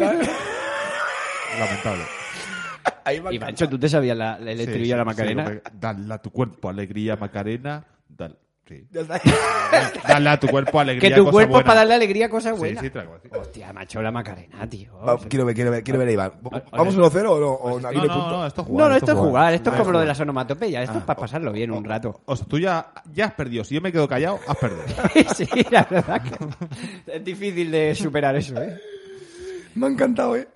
[SPEAKER 1] Lamentable.
[SPEAKER 3] Ahí me ha
[SPEAKER 2] Y macho, ¿tú te sabías la, la- el
[SPEAKER 1] Sí,
[SPEAKER 2] estribillo de
[SPEAKER 1] sí,
[SPEAKER 2] la
[SPEAKER 1] sí,
[SPEAKER 2] Macarena?
[SPEAKER 1] porque dale a tu cuerpo alegría, Macarena. Dale, sí.
[SPEAKER 3] Ya está.
[SPEAKER 1] Dale a tu cuerpo
[SPEAKER 2] que
[SPEAKER 1] alegría.
[SPEAKER 2] tu
[SPEAKER 1] cosa
[SPEAKER 2] cuerpo es
[SPEAKER 1] buena.
[SPEAKER 2] para darle alegría a cosas
[SPEAKER 1] Sí,
[SPEAKER 2] buenas.
[SPEAKER 1] sí, te lo acabo de decir.
[SPEAKER 2] Hostia, macho, la Macarena, tío.
[SPEAKER 3] Va, Oh, quiero ver, quiero ver, quiero ver a Iván.
[SPEAKER 2] Vale.
[SPEAKER 3] ¿Vamos 1-0 o no? O no,
[SPEAKER 1] No, no, no, esto es Ah, oh. jugar.
[SPEAKER 2] no, no, esto es jugar. Esto es
[SPEAKER 1] Ah,
[SPEAKER 2] como lo de las onomatopeyas. Esto es para pasarlo bien un rato. (laughs)
[SPEAKER 1] O sea, tú ya, ya has perdido. Si yo me quedo callado, has perdido.
[SPEAKER 2] sí, la verdad que es difícil de superar eso, ¿eh?
[SPEAKER 3] Me ha encantado, eh.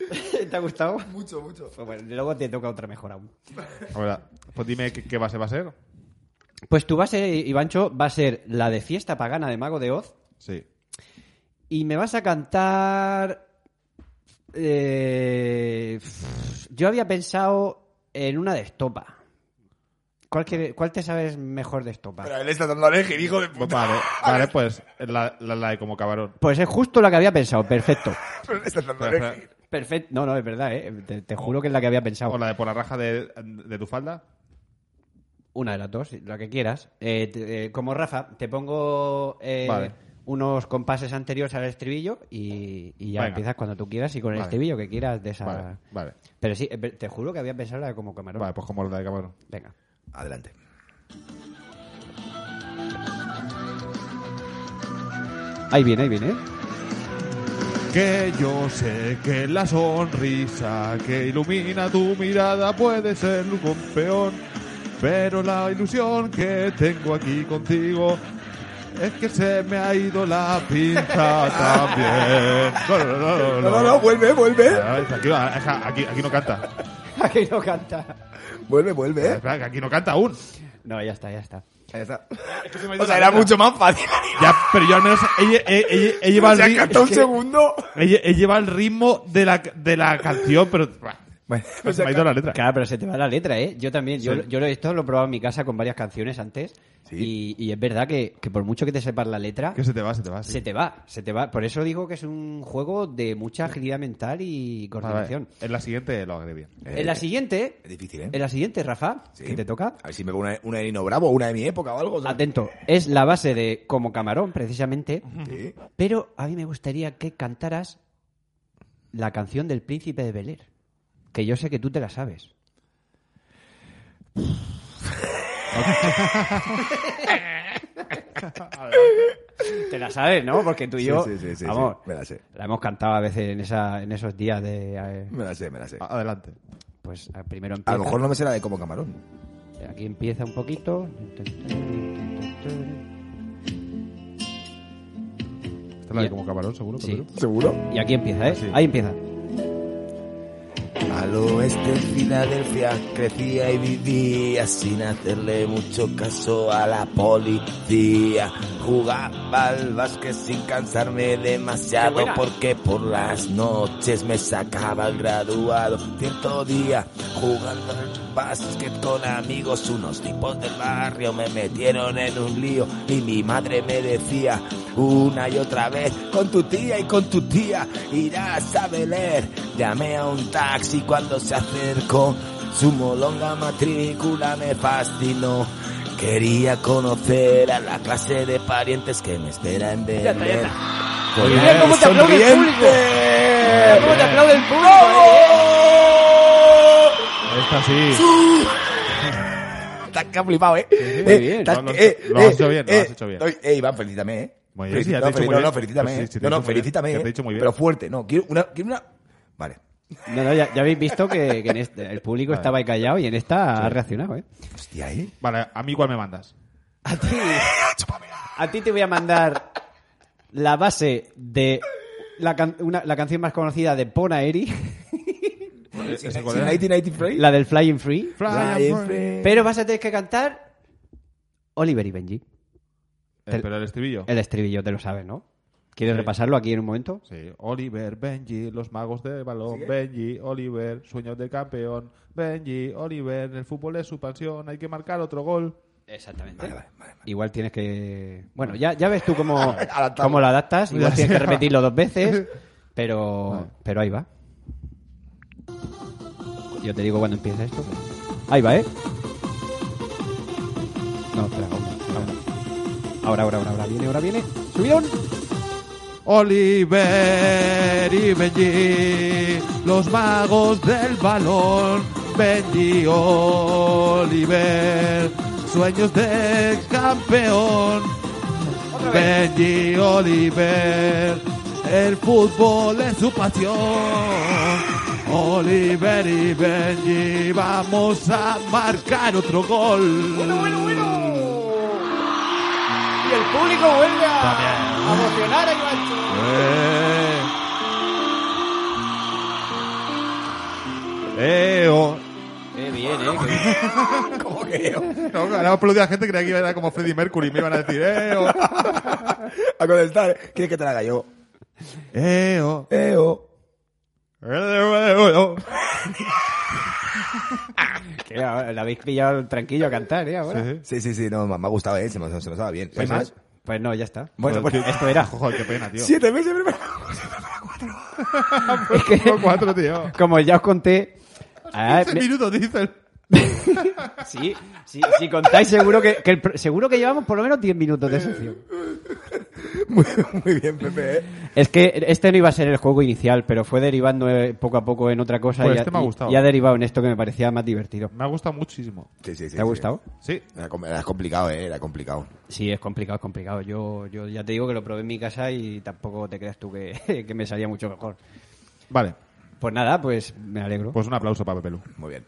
[SPEAKER 2] ¿Te ha gustado?
[SPEAKER 3] Mucho, mucho.
[SPEAKER 2] Pues bueno, luego te toca otra mejor aún.
[SPEAKER 1] Ahora, pues dime qué, qué base va a ser.
[SPEAKER 2] Pues tu base, Ivancho, va a ser la de Fiesta Pagana de Mago de Oz.
[SPEAKER 1] Sí.
[SPEAKER 2] Y me vas a cantar. eh, yo había pensado en una de estopa. ¿Cuál, quiere- cuál te sabes mejor de
[SPEAKER 3] Pero
[SPEAKER 2] estopa?
[SPEAKER 3] él está dando alegre, hijo de
[SPEAKER 1] Pues
[SPEAKER 3] puta.
[SPEAKER 1] vale, vale, pues la, la, la de como cabrón.
[SPEAKER 2] Pues es justo la que había pensado, perfecto.
[SPEAKER 3] Pero él está dando
[SPEAKER 1] Espera, espera.
[SPEAKER 3] alegre.
[SPEAKER 2] Perfecto. No, no, es verdad, ¿eh? Te, te juro que es la que había pensado.
[SPEAKER 1] O la de por la raja de, de tu falda.
[SPEAKER 2] Una de las dos, la que quieras. Eh, te- eh, como Rafa, te pongo eh,
[SPEAKER 1] Vale.
[SPEAKER 2] unos compases anteriores al estribillo y, y ya
[SPEAKER 1] Venga.
[SPEAKER 2] empiezas cuando tú quieras y con el
[SPEAKER 1] Vale.
[SPEAKER 2] estribillo que quieras de esa.
[SPEAKER 1] Vale, vale.
[SPEAKER 2] Pero sí, eh, pe- te juro que había pensado la de como camarón.
[SPEAKER 1] Vale, pues como la de cabrón.
[SPEAKER 2] Venga.
[SPEAKER 3] (laughs) Adelante.
[SPEAKER 2] Ahí viene, ahí (laughs) viene.
[SPEAKER 1] Que yo sé que la sonrisa que ilumina tu mirada puede ser un campeón, pero la ilusión que tengo aquí contigo es que se me ha ido la (laughs) pinza también. No, no, no, no,
[SPEAKER 3] No,
[SPEAKER 1] no.
[SPEAKER 3] no, no, vuelve, vuelve.
[SPEAKER 1] Ah, es Aquí, no, es aquí, aquí no canta.
[SPEAKER 2] Aquí no canta.
[SPEAKER 3] Vuelve, vuelve. eh.
[SPEAKER 1] Espera, que aquí no canta aún.
[SPEAKER 2] No, ya está, ya está.
[SPEAKER 3] Ahí está.
[SPEAKER 1] me ha ido
[SPEAKER 3] O sea,
[SPEAKER 1] la
[SPEAKER 3] era
[SPEAKER 1] letra.
[SPEAKER 3] mucho más (laughs) fácil.
[SPEAKER 1] Ya, pero yo al menos ella, ella, ella- ella lleva
[SPEAKER 3] O
[SPEAKER 1] el
[SPEAKER 3] sea,
[SPEAKER 1] ri-
[SPEAKER 3] canta un
[SPEAKER 1] es que
[SPEAKER 3] segundo.
[SPEAKER 1] ella- ella lleva el ritmo de la, de la canción, pero bah,
[SPEAKER 3] Bueno, o
[SPEAKER 1] se
[SPEAKER 3] sea,
[SPEAKER 1] me ha ido la letra.
[SPEAKER 2] Claro, pero se te va la letra, ¿eh? Yo también, yo,
[SPEAKER 1] Sí.
[SPEAKER 2] yo lo- esto lo he probado en mi casa con varias canciones antes y, y es verdad que, que por mucho que te sepas la letra,
[SPEAKER 1] Que se te va, se te va. sí.
[SPEAKER 2] se te va, se te va. Por eso digo que es un juego de mucha agilidad mental y
[SPEAKER 1] Vale, vale.
[SPEAKER 2] coordinación.
[SPEAKER 1] En la siguiente lo haré bien.
[SPEAKER 2] En la siguiente,
[SPEAKER 3] Eh, Es difícil,
[SPEAKER 2] en
[SPEAKER 3] ¿eh?
[SPEAKER 2] la siguiente, Rafa,
[SPEAKER 3] Sí.
[SPEAKER 2] que te toca,
[SPEAKER 3] A ver si me pongo una, una de Nino Bravo, una de mi época o algo. o sea.
[SPEAKER 2] atento, es la base de Como Camarón, precisamente,
[SPEAKER 3] Sí.
[SPEAKER 2] pero a mí me gustaría que cantaras la canción del Príncipe de Bel Air, que yo sé que tú te la sabes. Te la sabes, ¿no? Porque tú y yo,
[SPEAKER 8] sí, sí, sí,
[SPEAKER 2] vamos,
[SPEAKER 8] sí, me la sé.
[SPEAKER 2] la hemos cantado a veces en, esa, en esos días de... eh,
[SPEAKER 8] Me la sé, me la sé. A,
[SPEAKER 1] Adelante.
[SPEAKER 2] Pues eh, primero empieza...
[SPEAKER 8] lo mejor no me será de como camarón.
[SPEAKER 2] Aquí empieza un poquito.
[SPEAKER 1] Esta es la de como camarón, seguro.
[SPEAKER 2] Sí.
[SPEAKER 1] Pedro.
[SPEAKER 8] ¿Seguro?
[SPEAKER 2] Y aquí empieza, ¿eh?
[SPEAKER 1] Así.
[SPEAKER 2] Ahí empieza.
[SPEAKER 3] Al oeste de Filadelfia crecía y vivía sin hacerle mucho caso a la policía. Jugaba al básquet sin cansarme demasiado porque por las noches me sacaba el graduado. Cierto día, jugando al básquet con amigos, unos tipos del barrio me metieron en un lío y mi madre me decía una y otra vez, con tu tía y con tu tía irás a Belén. Llamé a un taxi cuando se acercó. Su molonga matrícula me fascinó. Quería conocer a la clase de parientes que me espera en Belén. Con
[SPEAKER 2] Mira cómo te aplaude el
[SPEAKER 3] sonriente.
[SPEAKER 2] público. Mira cómo te aplaude el público.
[SPEAKER 1] Esta sí.
[SPEAKER 3] Está que ha flipado, ¿eh?
[SPEAKER 2] muy
[SPEAKER 3] Eh,
[SPEAKER 2] bien.
[SPEAKER 3] está
[SPEAKER 1] No, lo has
[SPEAKER 3] que- eh,
[SPEAKER 1] hecho- lo has
[SPEAKER 3] eh,
[SPEAKER 1] hecho bien, lo
[SPEAKER 3] eh,
[SPEAKER 1] has hecho bien.
[SPEAKER 3] estoy- Eh, Iván, felicítame, ¿eh?
[SPEAKER 1] Muy bien, sí, te
[SPEAKER 3] Felicita-
[SPEAKER 1] he dicho
[SPEAKER 3] no,
[SPEAKER 1] muy
[SPEAKER 3] no,
[SPEAKER 1] bien.
[SPEAKER 3] no, felicítame,
[SPEAKER 1] Pues sí,
[SPEAKER 3] ¿eh?
[SPEAKER 1] sí, te he dicho muy
[SPEAKER 3] no, no,
[SPEAKER 1] bien.
[SPEAKER 3] felicítame,
[SPEAKER 1] Que te he
[SPEAKER 3] ¿eh?
[SPEAKER 1] dicho muy bien.
[SPEAKER 3] Pero fuerte, no. Quiero una... Quiero una... Vale.
[SPEAKER 2] No, no, ya, ya habéis visto que, que en este- el público estaba ahí callado y en esta ha reaccionado, ¿eh?
[SPEAKER 3] Hostia, ¿eh?
[SPEAKER 1] Vale, a mí cuál me mandas.
[SPEAKER 2] A ti, a ti te voy a mandar la base de la, can- una- la canción más conocida de Pona Eri,
[SPEAKER 1] ¿Ese cuál era?
[SPEAKER 3] 1993.
[SPEAKER 2] la del Flying Free,
[SPEAKER 1] Fly
[SPEAKER 3] Flying
[SPEAKER 1] and Free.
[SPEAKER 3] Free.
[SPEAKER 2] pero vas a tener que cantar Oliver y Benji.
[SPEAKER 1] Eh, Pero el estribillo.
[SPEAKER 2] El estribillo te lo sabes, ¿no? ¿Quieres repasarlo aquí en un momento?
[SPEAKER 1] Sí, Oliver, Benji, los magos del balón, Benji, Oliver, sueños de campeón, Benji, Oliver, el fútbol es su pasión, hay que marcar otro gol.
[SPEAKER 2] Exactamente.
[SPEAKER 3] Vale, vale, vale.
[SPEAKER 2] Igual tienes que. Bueno, ya, ya ves tú cómo,
[SPEAKER 3] (laughs) Adaptamos.
[SPEAKER 2] cómo lo adaptas. Igual
[SPEAKER 1] Ya
[SPEAKER 2] tienes que
[SPEAKER 1] sea.
[SPEAKER 2] repetirlo dos veces.
[SPEAKER 3] (laughs)
[SPEAKER 2] Pero, pero ahí va. Yo te digo cuando empieza esto. Ahí va, ¿eh? No, espera, ahora, ahora. Ahora, ahora, ahora, ahora viene, ahora viene. ¡Subidón!
[SPEAKER 1] Oliver y Benji, los magos del balón, Benji, Oliver, sueños de campeón, Benji, Oliver, el fútbol es su pasión, Oliver y Benji, vamos a marcar otro gol.
[SPEAKER 2] Y el público vuelve a emocionar a
[SPEAKER 1] Eh. Eh, oh.
[SPEAKER 2] ¡Qué bien, eh!
[SPEAKER 1] (laughs)
[SPEAKER 3] ¿Cómo que yo?
[SPEAKER 1] No, ahora aplaudía a gente creía que iba a ir como Freddie Mercury me iban a decir eh, oh.
[SPEAKER 3] A contestar. ¿Quieres que te la haga yo?
[SPEAKER 1] Eh, oh.
[SPEAKER 3] Eh, oh.
[SPEAKER 1] Eh, oh, eh, oh.
[SPEAKER 2] Que la la habéis pillado tranquilo a cantar, ¿eh? Ahora.
[SPEAKER 1] Sí, sí.
[SPEAKER 3] Sí, sí, sí. No, me me ha gustado, ¿eh? Se me, se me estaba bien.
[SPEAKER 1] Pues
[SPEAKER 3] ¿Hay
[SPEAKER 1] es-
[SPEAKER 2] Pues no, ya está.
[SPEAKER 3] Bueno,
[SPEAKER 1] Joder,
[SPEAKER 3] pues...
[SPEAKER 1] qué-
[SPEAKER 2] Esto era.
[SPEAKER 1] Joder, qué pena, (laughs) tío.
[SPEAKER 3] Siete meses primero. (laughs)
[SPEAKER 1] Es que... cuatro, tío.
[SPEAKER 2] Como ya os conté. ah,
[SPEAKER 1] Ese
[SPEAKER 2] me-
[SPEAKER 1] minuto dicen.
[SPEAKER 2] sí, sí, si contáis seguro que, que el pro- seguro que llevamos por lo menos 10 minutos de sección.
[SPEAKER 3] Muy, muy bien, Pepe, ¿eh?
[SPEAKER 2] Es que este no iba a ser el juego inicial, pero fue derivando eh, poco a poco en otra cosa
[SPEAKER 1] Pues
[SPEAKER 2] y, ha-
[SPEAKER 1] este me ha
[SPEAKER 2] y-
[SPEAKER 1] gustado.
[SPEAKER 2] y ha derivado en esto que me parecía más divertido.
[SPEAKER 1] Me ha gustado muchísimo.
[SPEAKER 3] Sí, sí, sí.
[SPEAKER 2] ¿Te ha
[SPEAKER 3] sí.
[SPEAKER 2] gustado?
[SPEAKER 1] Sí.
[SPEAKER 3] Era, com- era complicado, ¿eh? Era complicado.
[SPEAKER 2] Sí, es complicado, es complicado. Yo, yo ya te digo que lo probé en mi casa y tampoco te creas tú que, (laughs) que me salía mucho mejor.
[SPEAKER 1] Vale.
[SPEAKER 2] Pues nada, pues me alegro.
[SPEAKER 1] Pues un aplauso para Pepelu.
[SPEAKER 3] Muy bien.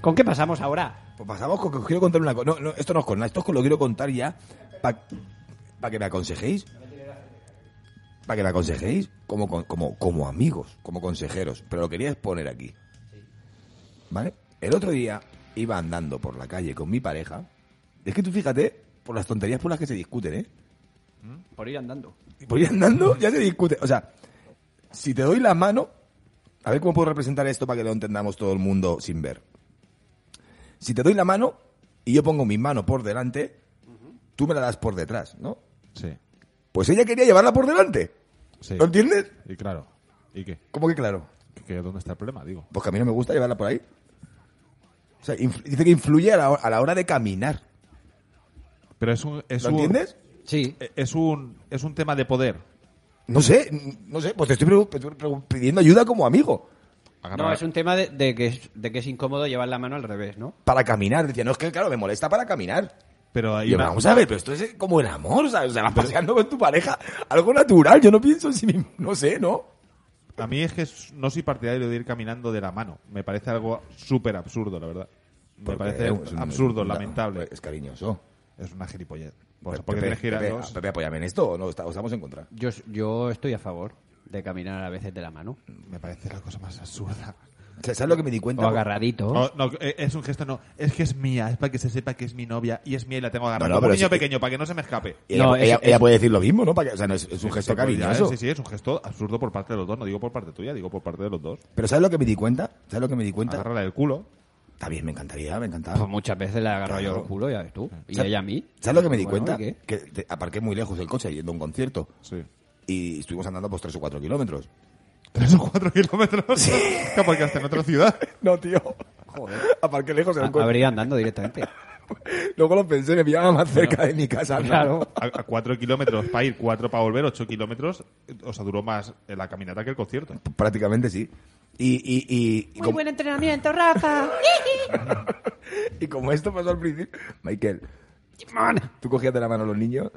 [SPEAKER 2] ¿Con qué pasamos ahora?
[SPEAKER 3] Pues pasamos con que os quiero contar una cosa. No, no, esto no es con nada. Esto es con lo que quiero contar ya para que me aconsejéis. Para que me aconsejéis como, con- como, como amigos, como consejeros. Pero lo quería exponer aquí. ¿Vale? El otro día iba andando por la calle con mi pareja. Es que tú fíjate por las tonterías por las que se discuten, ¿eh?
[SPEAKER 2] Por ir andando.
[SPEAKER 3] Por ir andando ya se discute. O sea, si te doy la mano, a ver cómo puedo representar esto para que lo entendamos todo el mundo sin ver. Si te doy la mano y yo pongo mi mano por delante, tú me la das por detrás, ¿no?
[SPEAKER 1] Sí.
[SPEAKER 3] Pues ella quería llevarla por delante.
[SPEAKER 1] Sí.
[SPEAKER 3] ¿Lo entiendes?
[SPEAKER 1] Y claro. ¿Y qué?
[SPEAKER 3] ¿Cómo que claro?
[SPEAKER 1] ¿Qué- ¿Dónde está el problema? Digo.
[SPEAKER 3] Pues que a mí no me gusta llevarla por ahí. O sea, influ- dice que influye a la, hor- a la hora de caminar.
[SPEAKER 1] Pero es un... Es
[SPEAKER 3] ¿Lo
[SPEAKER 1] un-
[SPEAKER 3] entiendes?
[SPEAKER 2] Sí.
[SPEAKER 1] eh, Es un, es un tema de poder.
[SPEAKER 3] No sé, no sé, pues te estoy pregu- te estoy pregu- pidiendo ayuda como amigo.
[SPEAKER 1] Agarra
[SPEAKER 2] No,
[SPEAKER 1] la-
[SPEAKER 2] es un tema de, de que es, de que es incómodo llevar la mano al revés, ¿no?
[SPEAKER 3] Para caminar, decía, no, es que claro, me molesta para caminar.
[SPEAKER 1] Pero hay
[SPEAKER 3] Y yo,
[SPEAKER 1] una-
[SPEAKER 3] vamos a ver, pero esto es como el amor, ¿sabes? O sea, vas paseando con tu pareja, algo natural, yo no pienso en sí mismo, no sé, ¿no?
[SPEAKER 1] a mí es que es- no soy partidario de ir caminando de la mano. Me parece algo súper absurdo, la verdad. Me
[SPEAKER 3] Porque
[SPEAKER 1] parece
[SPEAKER 3] es un- pues,
[SPEAKER 1] absurdo,
[SPEAKER 3] no,
[SPEAKER 1] lamentable.
[SPEAKER 3] Es cariñoso.
[SPEAKER 1] Es una gilipollez. Por
[SPEAKER 3] Pepe,
[SPEAKER 1] eso, porque tienes que ir a
[SPEAKER 3] Pepe,
[SPEAKER 1] dos.
[SPEAKER 3] Pepe, apóyame en esto, o no, Está- o estamos en contra.
[SPEAKER 2] Yo, yo estoy a favor de caminar a veces de la mano.
[SPEAKER 1] Me parece la cosa más absurda.
[SPEAKER 3] O sea, ¿Sabes lo que me di
[SPEAKER 2] O
[SPEAKER 3] cuenta?
[SPEAKER 2] agarradito.
[SPEAKER 1] Oh, no, eh, es un gesto, no. Es que es mía, es para que se sepa que es mi novia y es mía y la tengo agarrada.
[SPEAKER 3] No, no,
[SPEAKER 1] Como un
[SPEAKER 3] pero
[SPEAKER 1] niño
[SPEAKER 3] sí-
[SPEAKER 1] pequeño, para que no se me escape.
[SPEAKER 3] Y Ella,
[SPEAKER 2] No, es-
[SPEAKER 3] ella-
[SPEAKER 2] es-
[SPEAKER 3] ella puede decir lo mismo, ¿no? Para que- o sea, no, es, es un gesto
[SPEAKER 1] Sí, pues, ya,
[SPEAKER 3] cariñoso.
[SPEAKER 1] Sí, sí, es un gesto absurdo por parte de los dos. No digo por parte tuya, digo por parte de los dos.
[SPEAKER 3] Pero ¿sabes lo que me di cuenta? ¿Sabes lo que me di cuenta?
[SPEAKER 1] Agárrala del culo.
[SPEAKER 3] Está bien, me encantaría, me encantaba.
[SPEAKER 2] Pues muchas veces la agarro yo el culo, ya ves tú. Y
[SPEAKER 3] ¿Sabes-
[SPEAKER 2] ella a mí.
[SPEAKER 3] ¿Sabes lo que me di
[SPEAKER 2] Bueno,
[SPEAKER 3] cuenta?
[SPEAKER 2] ¿y qué?
[SPEAKER 3] Que te- aparqué muy lejos del coche yendo a un concierto.
[SPEAKER 1] Sí.
[SPEAKER 3] Y estuvimos andando pues 3 o 4 kilómetros.
[SPEAKER 1] Tres o cuatro kilómetros. Que Porque hasta en otra ciudad.
[SPEAKER 3] No, tío. Joder. Aparqué lejos del
[SPEAKER 2] A-
[SPEAKER 3] coche.
[SPEAKER 2] Habría andando
[SPEAKER 3] (laughs)
[SPEAKER 2] directamente.
[SPEAKER 3] Luego lo pensé, me pillaba más cerca de mi casa. ¿no?
[SPEAKER 2] Claro.
[SPEAKER 1] A, a cuatro kilómetros para ir, cuatro para volver, ocho kilómetros. eh, O sea, duró más eh, la caminata que el concierto.
[SPEAKER 3] Prácticamente sí. Y, y, y, y
[SPEAKER 6] Muy
[SPEAKER 3] como-
[SPEAKER 6] buen entrenamiento, Rafa. (laughs)
[SPEAKER 3] y como esto pasó al principio, Michael,
[SPEAKER 2] Man.
[SPEAKER 3] tú cogías de la mano a los niños.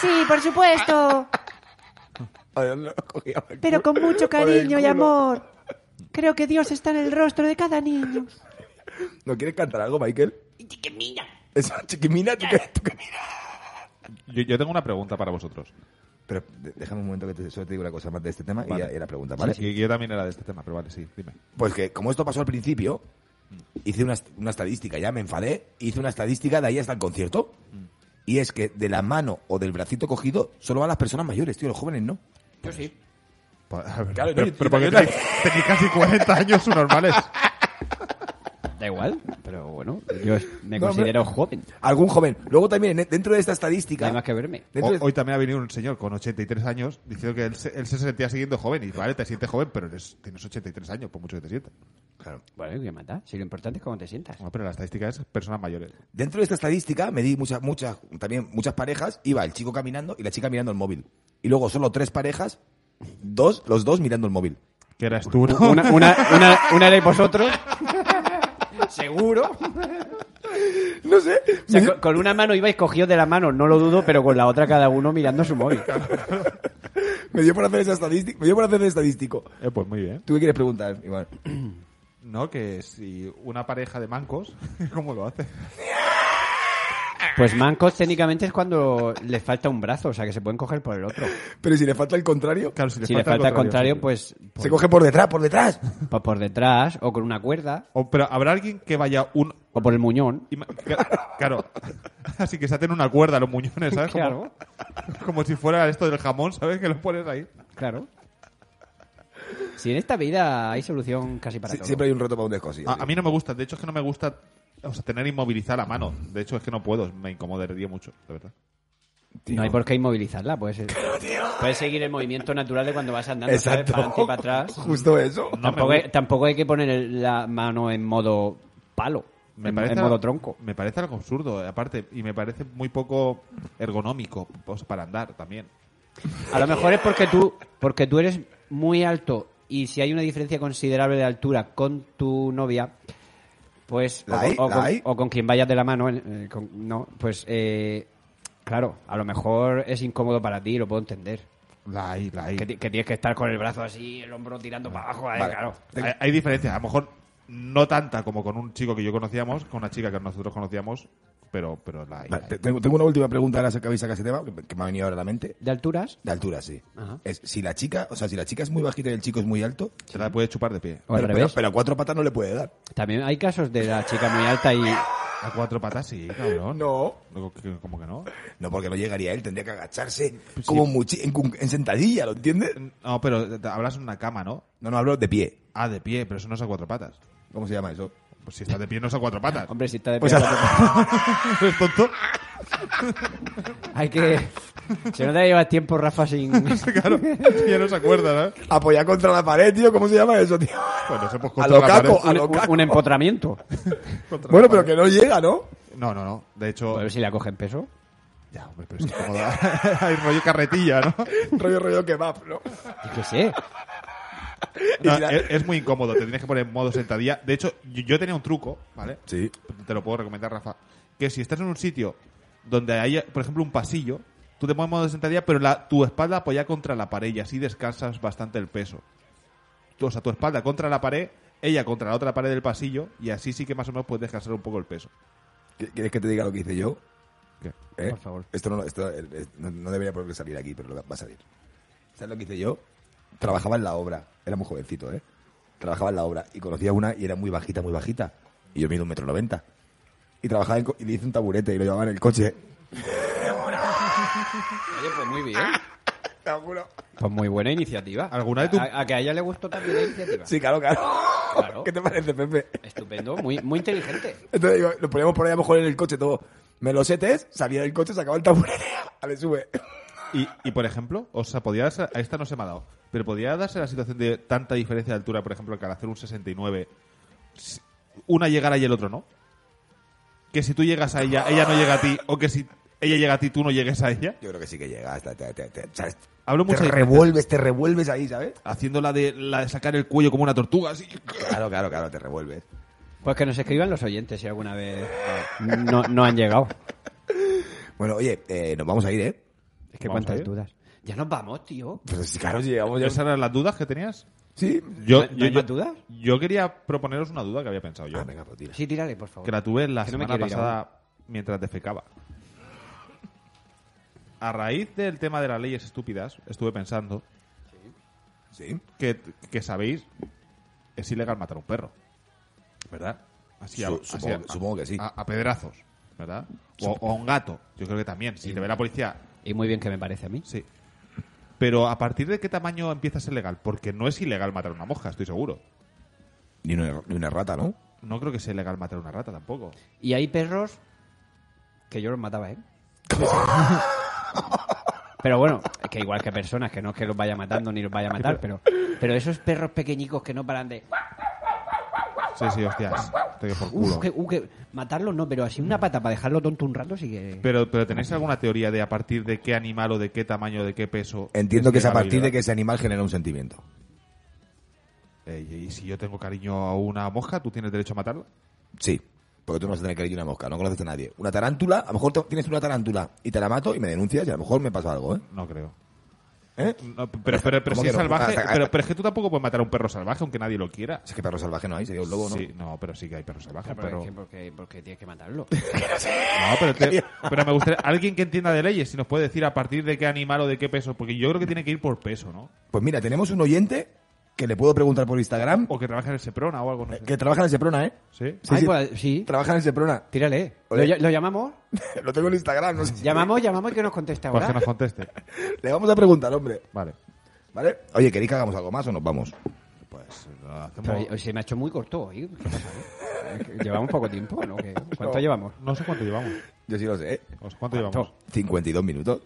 [SPEAKER 6] Sí, por supuesto.
[SPEAKER 3] a ver, los cogías del
[SPEAKER 6] Pero
[SPEAKER 3] culo,
[SPEAKER 6] con mucho
[SPEAKER 3] o del
[SPEAKER 6] cariño y
[SPEAKER 3] culo.
[SPEAKER 6] amor. Creo que Dios está en el rostro de cada niño.
[SPEAKER 3] ¿No quieres cantar algo, Michael? Chiquimina. Eso, chiquimina, tú que- tú que-
[SPEAKER 1] Yo, yo tengo una pregunta para vosotros.
[SPEAKER 3] Pero de- déjame un momento que te, solo te digo una cosa más de este tema y,
[SPEAKER 1] Vale.
[SPEAKER 3] ya- y la pregunta, ¿vale?
[SPEAKER 1] Y yo también era de este tema, pero vale, sí, dime.
[SPEAKER 3] Pues que como esto pasó al principio, hice una, est- una estadística, ya me enfadé, hice una estadística de ahí hasta el concierto. Y es que de la mano o del bracito cogido solo van las personas mayores, tío, los jóvenes no.
[SPEAKER 2] Yo sí.
[SPEAKER 1] Pa- a ver,
[SPEAKER 3] Claro, no,
[SPEAKER 1] pero,
[SPEAKER 3] yo-
[SPEAKER 1] pero porque
[SPEAKER 3] yo- yo-
[SPEAKER 1] tenéis, tenéis casi 40 años normales.
[SPEAKER 2] Da igual, pero bueno, yo me
[SPEAKER 3] No,
[SPEAKER 2] considero joven.
[SPEAKER 3] Algún joven. Luego también, en- dentro de esta
[SPEAKER 2] No
[SPEAKER 3] estadística...
[SPEAKER 2] hay más que verme.
[SPEAKER 3] (laughs) dentro de-
[SPEAKER 1] Ho- hoy también ha venido un señor con 83 años diciendo que él se, él se sentía siguiendo joven. Y vale, te sientes joven, pero eres, tienes 83 años, por mucho que te sientas.
[SPEAKER 3] Claro.
[SPEAKER 2] Bueno, ¿qué mata? Si lo importante es cómo te sientas.
[SPEAKER 1] Bueno, pero la estadística es personas mayores.
[SPEAKER 3] Dentro de esta estadística me di muchas, muchas, también muchas parejas, iba el chico caminando y la chica mirando el móvil. Y luego solo tres parejas, dos, los dos mirando el móvil. (laughs)
[SPEAKER 1] Que eras tú, (laughs) ¿no?
[SPEAKER 2] Una, una, una, una erais vosotros. Seguro.
[SPEAKER 3] No sé.
[SPEAKER 2] O sea, con, con una mano ibais cogidos de la mano, no lo dudo, pero con la otra cada uno mirando su móvil.
[SPEAKER 3] Me dio por hacer esa estadística. Me dio por hacer el estadístico.
[SPEAKER 1] Eh, pues muy bien.
[SPEAKER 3] ¿Tú qué quieres preguntar, Iván?
[SPEAKER 1] No, que si una pareja de mancos, (laughs) ¿cómo lo hace?
[SPEAKER 2] Pues mancos técnicamente es cuando les falta un brazo, o sea que se pueden coger por el otro.
[SPEAKER 3] Pero si le falta el contrario,
[SPEAKER 1] Claro, si le
[SPEAKER 2] si les falta el contrario, pues por,
[SPEAKER 3] se coge por detrás, por detrás.
[SPEAKER 2] por- por detrás o con una cuerda
[SPEAKER 1] O- pero habrá alguien que vaya un.
[SPEAKER 2] o por el muñón.
[SPEAKER 1] ima- ca- Claro. (laughs) Así que se hacen una cuerda los muñones, ¿sabes? Como,
[SPEAKER 2] Claro,
[SPEAKER 1] como si fuera esto del jamón, ¿sabes? Que lo pones ahí.
[SPEAKER 2] claro. Si en esta vida hay solución casi para
[SPEAKER 3] Sí,
[SPEAKER 2] todo.
[SPEAKER 3] siempre hay un roto para un descosido.
[SPEAKER 1] A, a mí no me gusta, de hecho es que no me gusta o sea, tener inmovilizada la mano. De hecho es que no puedo, me incomodaría mucho, de verdad.
[SPEAKER 3] tío.
[SPEAKER 2] No hay por qué inmovilizarla, puedes, puedes seguir el movimiento natural de cuando vas andando, ¿sabes?
[SPEAKER 3] Exacto.
[SPEAKER 2] Para adelante y para atrás.
[SPEAKER 3] Justo eso.
[SPEAKER 1] No
[SPEAKER 2] tampoco,
[SPEAKER 1] me
[SPEAKER 2] hay, tampoco hay que poner el- la mano en modo palo, en, en modo tronco.
[SPEAKER 1] Me parece algo absurdo, eh, aparte, y me parece muy poco ergonómico o sea, para andar también.
[SPEAKER 2] A lo mejor es porque tú, porque tú eres muy alto y si hay una diferencia considerable de altura con tu novia, pues o,
[SPEAKER 3] ¿La hay?
[SPEAKER 2] o
[SPEAKER 3] ¿La
[SPEAKER 2] con,
[SPEAKER 3] hay?
[SPEAKER 2] o con quien vayas de la mano, eh, con- no, pues eh, claro, a lo mejor es incómodo para ti, lo puedo entender.
[SPEAKER 1] La hay, la hay.
[SPEAKER 2] Que, ti- que tienes que estar con el brazo así, el hombro tirando para abajo, eh,
[SPEAKER 3] Vale.
[SPEAKER 2] claro.
[SPEAKER 1] Hay, hay diferencias, a lo mejor no tanta como con un chico que yo conocíamos, con una chica que nosotros conocíamos, pero, pero la hay.
[SPEAKER 3] Vale,
[SPEAKER 1] la
[SPEAKER 3] te-
[SPEAKER 1] hay.
[SPEAKER 3] tengo, tengo una última pregunta ahora que habéis sacado ese tema, que, que me ha venido ahora a la mente.
[SPEAKER 2] ¿De alturas?
[SPEAKER 3] De altura, sí.
[SPEAKER 2] Ajá.
[SPEAKER 3] Es, si la chica, o sea, si la chica es muy bajita y el chico es muy alto,
[SPEAKER 1] Se la puede chupar de pie.
[SPEAKER 2] O al
[SPEAKER 3] pero,
[SPEAKER 2] revés.
[SPEAKER 3] pero- pero a cuatro patas no le puede dar.
[SPEAKER 2] También hay casos de la chica muy alta y...
[SPEAKER 1] A cuatro patas sí, cabrón.
[SPEAKER 3] No.
[SPEAKER 1] Luego, que- Como que no.
[SPEAKER 3] No, porque no llegaría él, tendría que agacharse
[SPEAKER 2] Pues
[SPEAKER 3] como muchi- en, cun- en sentadilla, ¿lo entiendes?
[SPEAKER 1] No, pero te- hablas en una cama, ¿no?
[SPEAKER 3] No, no hablo de pie.
[SPEAKER 1] Ah, de pie, pero eso no es a cuatro patas.
[SPEAKER 3] ¿Cómo se llama eso?
[SPEAKER 1] Pues si está de pie no es a cuatro
[SPEAKER 3] (laughs)
[SPEAKER 1] patas.
[SPEAKER 2] Hombre, si está de
[SPEAKER 3] Pues
[SPEAKER 2] pie-
[SPEAKER 1] ¿Eres
[SPEAKER 3] (laughs)
[SPEAKER 1] tonto?
[SPEAKER 2] Hay que... Se nota que llevas tiempo, Rafa,
[SPEAKER 3] (laughs)
[SPEAKER 2] sin...
[SPEAKER 1] Claro, ya no se acuerda, ¿no?
[SPEAKER 3] apoyar contra la pared, tío. ¿Cómo se llama eso, tío?
[SPEAKER 1] Pues nos hemos
[SPEAKER 3] A lo
[SPEAKER 1] contra la
[SPEAKER 3] caco,
[SPEAKER 1] pared.
[SPEAKER 3] a
[SPEAKER 2] un,
[SPEAKER 3] lo
[SPEAKER 2] un-
[SPEAKER 3] caco.
[SPEAKER 2] un empotramiento.
[SPEAKER 1] Contra
[SPEAKER 3] Bueno,
[SPEAKER 1] la
[SPEAKER 3] pero
[SPEAKER 1] pared.
[SPEAKER 3] que no llega, ¿no?
[SPEAKER 1] No, no, no. De hecho...
[SPEAKER 2] A ver si la cogen peso.
[SPEAKER 1] Ya, hombre, pero es como... (laughs)
[SPEAKER 3] (laughs)
[SPEAKER 1] Hay rollo carretilla, ¿no?
[SPEAKER 3] rollo, rollo kebab, ¿no?
[SPEAKER 2] Yo qué sé.
[SPEAKER 1] No, es, es muy incómodo, te tienes que poner en modo sentadilla. De hecho, yo, yo tenía un truco, ¿vale?
[SPEAKER 3] Sí.
[SPEAKER 1] Te lo puedo recomendar, Rafa. Que si estás en un sitio donde hay, por ejemplo, un pasillo, tú te pones en modo sentadilla, pero la, tu espalda apoya contra la pared y así descansas bastante el peso. Tú, o sea, tu espalda contra la pared, ella contra la otra pared del pasillo y así sí que más o menos puedes descansar un poco el peso.
[SPEAKER 3] ¿Qui- ¿Quieres que te diga lo que hice yo?
[SPEAKER 1] ¿Qué?
[SPEAKER 3] ¿Eh?
[SPEAKER 1] Por favor.
[SPEAKER 3] Esto, no, esto, eh, eh, no- no debería poder salir aquí, pero lo va va a salir. ¿Sabes lo que hice yo? Trabajaba en la obra. Era muy jovencito, ¿eh? Trabajaba en la obra y conocía una y era muy bajita, muy bajita. Y yo mido un metro noventa. Y trabajaba en co- y le hice un taburete y lo llevaba en el coche.
[SPEAKER 9] Oye, pues muy bien.
[SPEAKER 3] (laughs) Te lo juro.
[SPEAKER 2] Pues muy buena iniciativa.
[SPEAKER 1] ¿Alguna de tu-
[SPEAKER 2] a, a que a ella le gustó también la iniciativa.
[SPEAKER 3] Sí, claro, claro.
[SPEAKER 2] Claro.
[SPEAKER 3] (laughs) ¿Qué te parece, Pepe?
[SPEAKER 2] Estupendo, muy, muy inteligente.
[SPEAKER 3] Entonces digo, lo poníamos por ahí a lo mejor en el coche todo. Melosetes, salía del coche, sacaba el taburete. (laughs) A ver, sube.
[SPEAKER 1] Y, y, por ejemplo, o sea, podía darse- a esta no se me ha dado, pero podría darse la situación de tanta diferencia de altura, por ejemplo, que al hacer un 69, si- una llegara y el otro no. Que si tú llegas a ella, ella no llega a ti, o que si ella llega a ti, tú no llegues a ella.
[SPEAKER 3] Yo creo que sí que llega. Hasta, te, te, te, ¿sabes?
[SPEAKER 1] Hablo
[SPEAKER 3] te
[SPEAKER 1] mucho de-
[SPEAKER 3] revuelves, te revuelves ahí, ¿sabes?
[SPEAKER 1] haciendo la de, la de sacar el cuello como una tortuga, así.
[SPEAKER 3] Claro, claro, claro, te revuelves.
[SPEAKER 2] Pues que nos escriban los oyentes si alguna vez eh, no, no han llegado.
[SPEAKER 3] Bueno, oye, eh, nos vamos a ir, ¿eh?
[SPEAKER 2] Es que
[SPEAKER 1] Vamos a
[SPEAKER 2] cuántas
[SPEAKER 1] ir.
[SPEAKER 2] dudas. Ya nos vamos, tío.
[SPEAKER 3] Pues sí, (laughs) claro, si llegamos
[SPEAKER 1] ¿Esas eran las dudas que tenías?
[SPEAKER 3] Sí.
[SPEAKER 1] Yo,
[SPEAKER 2] ¿No- no hay más dudas?
[SPEAKER 1] yo quería proponeros una duda que había pensado yo,
[SPEAKER 3] Ah, venga, pues tira.
[SPEAKER 2] Sí, tírale, por favor.
[SPEAKER 1] que la tuve la
[SPEAKER 2] Que no me
[SPEAKER 1] semana
[SPEAKER 2] quiero ir
[SPEAKER 1] pasada mientras defecaba. A raíz del tema de las leyes estúpidas, estuve pensando
[SPEAKER 3] Sí.
[SPEAKER 1] que, que sabéis, es ilegal matar a un perro. ¿Verdad? Así, a-
[SPEAKER 3] Su-
[SPEAKER 1] así
[SPEAKER 3] supongo-
[SPEAKER 1] a-
[SPEAKER 3] supongo que sí.
[SPEAKER 1] A, a pedrazos, ¿verdad? O, o a un gato, yo creo que también. Si te ve la policía,
[SPEAKER 2] Y muy bien que me parece a mí.
[SPEAKER 1] sí. Pero ¿a partir de qué tamaño empieza a ser legal? Porque no es ilegal matar a una mosca, estoy seguro.
[SPEAKER 3] Ni una, ni una rata, ¿no?
[SPEAKER 1] No creo que sea ilegal matar a una rata tampoco.
[SPEAKER 2] Y hay perros que yo los mataba, ¿eh? Pero bueno, es que igual que personas, que no es que los vaya matando ni los vaya a matar, pero, pero esos perros pequeñicos que no paran de...
[SPEAKER 1] Sí, sí, hostias. Te doy por culo.
[SPEAKER 2] Uf, que, uh, que- matarlos no, pero así una pata para dejarlo tonto un rato sí que...
[SPEAKER 1] Pero, pero ¿tenéis alguna teoría de a partir de qué animal o de qué tamaño, de qué peso?
[SPEAKER 3] Entiendo que es a
[SPEAKER 1] legal o
[SPEAKER 3] partir de que
[SPEAKER 1] ilegal?
[SPEAKER 3] ese animal genera un sentimiento.
[SPEAKER 1] Ey, y si yo tengo cariño a una mosca, ¿tú tienes derecho a matarla?
[SPEAKER 3] Sí. Porque tú no vas a tener cariño a una mosca, no conoces a nadie. Una tarántula, a lo mejor te- tienes una tarántula y te la mato y me denuncias y a lo mejor me pasa algo, ¿eh?
[SPEAKER 1] No creo.
[SPEAKER 3] ¿Eh?
[SPEAKER 1] No, pero, pero, pero
[SPEAKER 3] ¿Cómo
[SPEAKER 1] si
[SPEAKER 3] que
[SPEAKER 1] es
[SPEAKER 3] no?
[SPEAKER 1] salvaje,
[SPEAKER 3] Ah, ah, ah.
[SPEAKER 1] pero, pero es que tú tampoco puedes matar a un perro salvaje aunque nadie lo quiera.
[SPEAKER 3] Si es que perro salvaje no hay, sería un lobo, ¿no?
[SPEAKER 1] Sí, no, pero sí que hay perros salvajes.
[SPEAKER 2] Claro, pero
[SPEAKER 1] Pero,
[SPEAKER 2] es que porque, porque tienes que matarlo.
[SPEAKER 1] no, pero, te- (laughs) pero me gustaría alguien que entienda de leyes, si nos puede decir a partir de qué animal o de qué peso, porque yo creo que tiene que ir por peso, ¿no?
[SPEAKER 3] Pues mira, tenemos un oyente que le puedo preguntar por Instagram,
[SPEAKER 1] O que trabaja en el Seprona o algo, no sé.
[SPEAKER 3] que trabaja en el Seprona, ¿eh?
[SPEAKER 1] ¿Sí?
[SPEAKER 3] Sí,
[SPEAKER 2] Ay,
[SPEAKER 3] sí.
[SPEAKER 2] pues, sí.
[SPEAKER 3] Trabaja en el Seprona.
[SPEAKER 2] (laughs) Tírale. ¿Lo,
[SPEAKER 3] Oye.
[SPEAKER 2] ll- lo llamamos?
[SPEAKER 3] (laughs) Lo tengo en Instagram, no sé. si-
[SPEAKER 2] Llamamos, llamamos y que nos conteste
[SPEAKER 1] Pues que
[SPEAKER 2] ahora.
[SPEAKER 1] nos conteste.
[SPEAKER 3] Le vamos a preguntar, hombre.
[SPEAKER 1] Vale.
[SPEAKER 3] ¿Vale? Oye, ¿queréis que hagamos algo más o nos vamos?
[SPEAKER 1] Pues lo hacemos-
[SPEAKER 2] Pero, oye, se me ha hecho muy corto hoy. ¿Qué pasa, eh? ¿Llevamos poco tiempo? ¿no? ¿Qué- ¿Cuánto llevamos?
[SPEAKER 1] No sé cuánto llevamos.
[SPEAKER 3] Yo sí lo sé, ¿eh?
[SPEAKER 1] ¿Os- ¿Cuánto llevamos?
[SPEAKER 3] 52 minutos.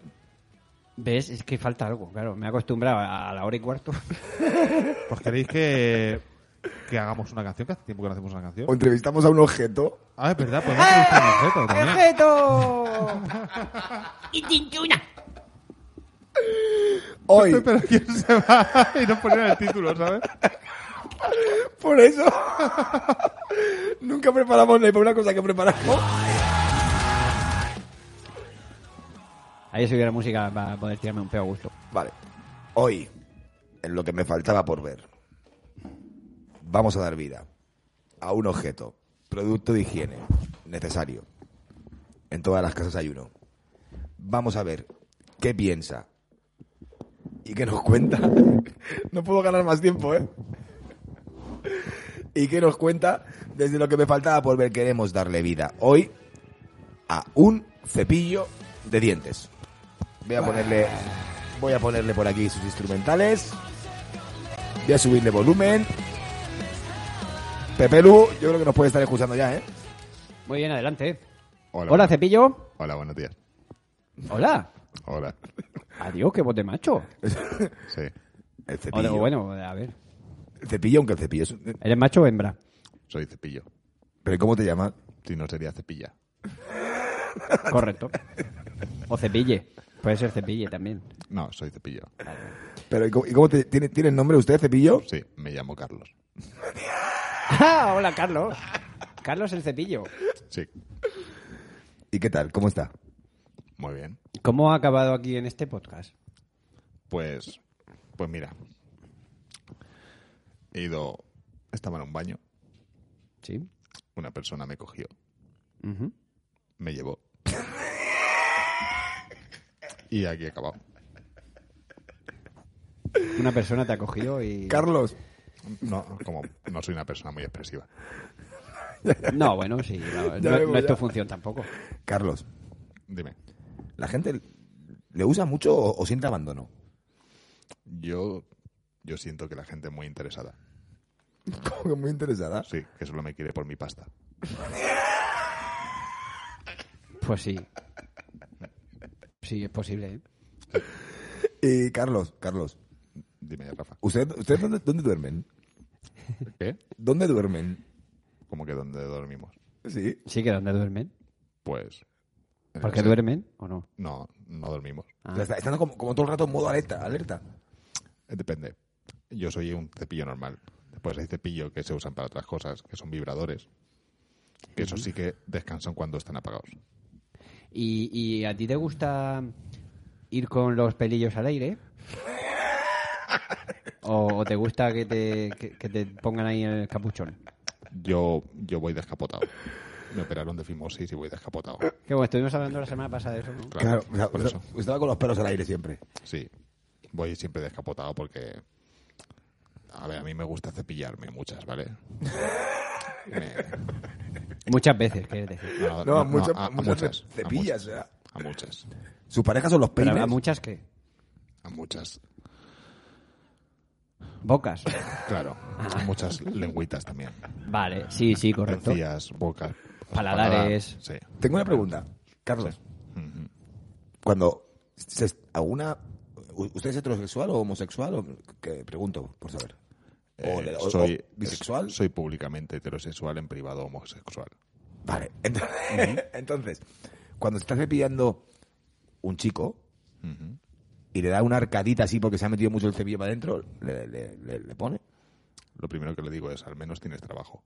[SPEAKER 2] ¿Ves? Es que falta algo, claro. Me he acostumbrado a a la hora y cuarto. (laughs)
[SPEAKER 1] ¿Pues queréis que, que hagamos una canción? Que hace tiempo que no hacemos una canción.
[SPEAKER 3] O entrevistamos a un objeto.
[SPEAKER 1] Ah, es verdad, podemos entrevistar a un objeto también.
[SPEAKER 6] Y tinchuna.
[SPEAKER 3] Hoy,
[SPEAKER 1] (laughs) Pero ¿quién se va? Y no ponían el título, ¿sabes?
[SPEAKER 3] por eso. (laughs) Nunca preparamos ni para una cosa que preparamos.
[SPEAKER 2] Ahí se la música para poder tirarme un peo a gusto.
[SPEAKER 3] Vale. Hoy, en lo que me faltaba por ver, vamos a dar vida a un objeto, producto de higiene, necesario. En todas las casas hay uno. Vamos a ver qué piensa y qué nos cuenta. (laughs) No puedo ganar más tiempo, ¿eh? Y qué nos cuenta desde lo que me faltaba por ver. Queremos darle vida hoy a un cepillo de dientes. Voy a ponerle, voy a ponerle por aquí sus instrumentales. Voy a subirle volumen. Pepe Lu, yo creo que nos puede estar escuchando ya, ¿eh?
[SPEAKER 2] Muy bien, adelante. Hola,
[SPEAKER 10] Hola,
[SPEAKER 2] Cepillo.
[SPEAKER 10] Hola, buenos días.
[SPEAKER 2] Hola.
[SPEAKER 10] Hola.
[SPEAKER 2] Adiós, qué voz de macho.
[SPEAKER 10] Sí.
[SPEAKER 3] El
[SPEAKER 2] Hola,
[SPEAKER 3] cepillo.
[SPEAKER 2] bueno, a ver.
[SPEAKER 3] El cepillo, aunque el cepillo. es un-
[SPEAKER 2] ¿Eres macho o hembra?
[SPEAKER 10] Soy cepillo.
[SPEAKER 3] Pero ¿cómo te llamas?
[SPEAKER 10] Si no sería cepilla.
[SPEAKER 2] Correcto. O cepille. Puede ser cepille también.
[SPEAKER 1] No, soy Cepillo.
[SPEAKER 3] Pero, ¿y cómo, y cómo te- tiene, tiene el nombre usted, Cepillo?
[SPEAKER 1] Sí, me llamo Carlos.
[SPEAKER 2] ¡Ah! Hola, Carlos. Carlos el cepillo.
[SPEAKER 1] Sí,
[SPEAKER 3] ¿Y qué tal? ¿Cómo está?
[SPEAKER 1] muy bien.
[SPEAKER 2] ¿Cómo ha acabado aquí en este podcast?
[SPEAKER 1] Pues, pues mira, he ido, estaba en un baño,
[SPEAKER 2] Sí.
[SPEAKER 1] una persona me cogió, me llevó y aquí he acabado.
[SPEAKER 2] Una persona te ha cogido y.
[SPEAKER 3] Carlos,
[SPEAKER 1] No, como no soy una persona muy expresiva.
[SPEAKER 2] No, bueno, sí. (laughs) No,
[SPEAKER 3] Ya
[SPEAKER 2] no-
[SPEAKER 3] vemos,
[SPEAKER 2] no es
[SPEAKER 3] ya.
[SPEAKER 2] tu función tampoco.
[SPEAKER 3] Carlos,
[SPEAKER 1] Dime,
[SPEAKER 3] ¿la gente le usa mucho o, o siente abandono? (laughs)
[SPEAKER 1] yo, yo siento que la gente es muy interesada.
[SPEAKER 3] Como que muy interesada.
[SPEAKER 1] Sí, que solo me quiere por mi pasta.
[SPEAKER 2] Pues sí. Sí, es posible. ¿eh?
[SPEAKER 3] Y Carlos, Carlos,
[SPEAKER 1] Dime, Rafa.
[SPEAKER 3] ¿usted, usted dónde, dónde duermen?
[SPEAKER 1] ¿Qué?
[SPEAKER 3] ¿Dónde duermen?
[SPEAKER 1] Como que dónde dormimos?
[SPEAKER 3] Sí.
[SPEAKER 2] Sí, que donde duermen.
[SPEAKER 1] Pues... en
[SPEAKER 2] ¿Por
[SPEAKER 1] el
[SPEAKER 2] qué
[SPEAKER 1] se-
[SPEAKER 2] duermen o no?
[SPEAKER 1] No, no dormimos.
[SPEAKER 2] Ah.
[SPEAKER 3] O sea, está- están como, como todo el rato en modo alerta, alerta.
[SPEAKER 1] Eh, Depende. Yo soy un cepillo normal. Después hay cepillos que se usan para otras cosas, que son vibradores. Que eso sí que descansan cuando están apagados.
[SPEAKER 2] ¿Y, y a ti te gusta ir con los pelillos al aire? ¿O, o te gusta que te, que- que te pongan ahí el capuchón?
[SPEAKER 1] Yo, yo voy descapotado. Me operaron de fimosis y voy descapotado.
[SPEAKER 2] Que bueno, estuvimos hablando la semana pasada de eso, ¿no?
[SPEAKER 1] Claro,
[SPEAKER 3] o sea,
[SPEAKER 1] por
[SPEAKER 3] usted-
[SPEAKER 1] eso.
[SPEAKER 3] Estaba con los pelos al aire siempre.
[SPEAKER 1] Sí. Voy siempre descapotado porque. A ver, a mí me gusta cepillarme muchas, ¿vale? Me-
[SPEAKER 2] Muchas veces, quieres decir.
[SPEAKER 1] no,
[SPEAKER 3] No,
[SPEAKER 1] no,
[SPEAKER 3] muchas-
[SPEAKER 1] a- a
[SPEAKER 3] muchas
[SPEAKER 1] muchas. a muchas,
[SPEAKER 3] cepillas, o sea.
[SPEAKER 1] A muchas.
[SPEAKER 3] Sus parejas son los
[SPEAKER 2] Pero
[SPEAKER 3] peines.
[SPEAKER 2] habrá muchas que...
[SPEAKER 1] A muchas.
[SPEAKER 2] Bocas.
[SPEAKER 1] Claro. A muchas lengüitas también.
[SPEAKER 2] Vale, sí, sí, correcto.
[SPEAKER 1] Encías, boca,
[SPEAKER 2] Paladares.
[SPEAKER 1] paladar, sí.
[SPEAKER 3] Tengo una pregunta, Carlos. Cuando se, alguna u- usted es heterosexual o homosexual o que pregunto por saber. O,
[SPEAKER 1] Eh,
[SPEAKER 3] le- o-
[SPEAKER 1] soy
[SPEAKER 3] o bisexual.
[SPEAKER 1] Soy públicamente heterosexual, en privado homosexual.
[SPEAKER 3] Vale. (laughs) Entonces, entonces, cuando se está cepillando un chico y le da una arcadita así porque se ha metido mucho el cepillo para adentro, le, le- le- le pone.
[SPEAKER 1] Lo primero que le digo es, al menos tienes trabajo.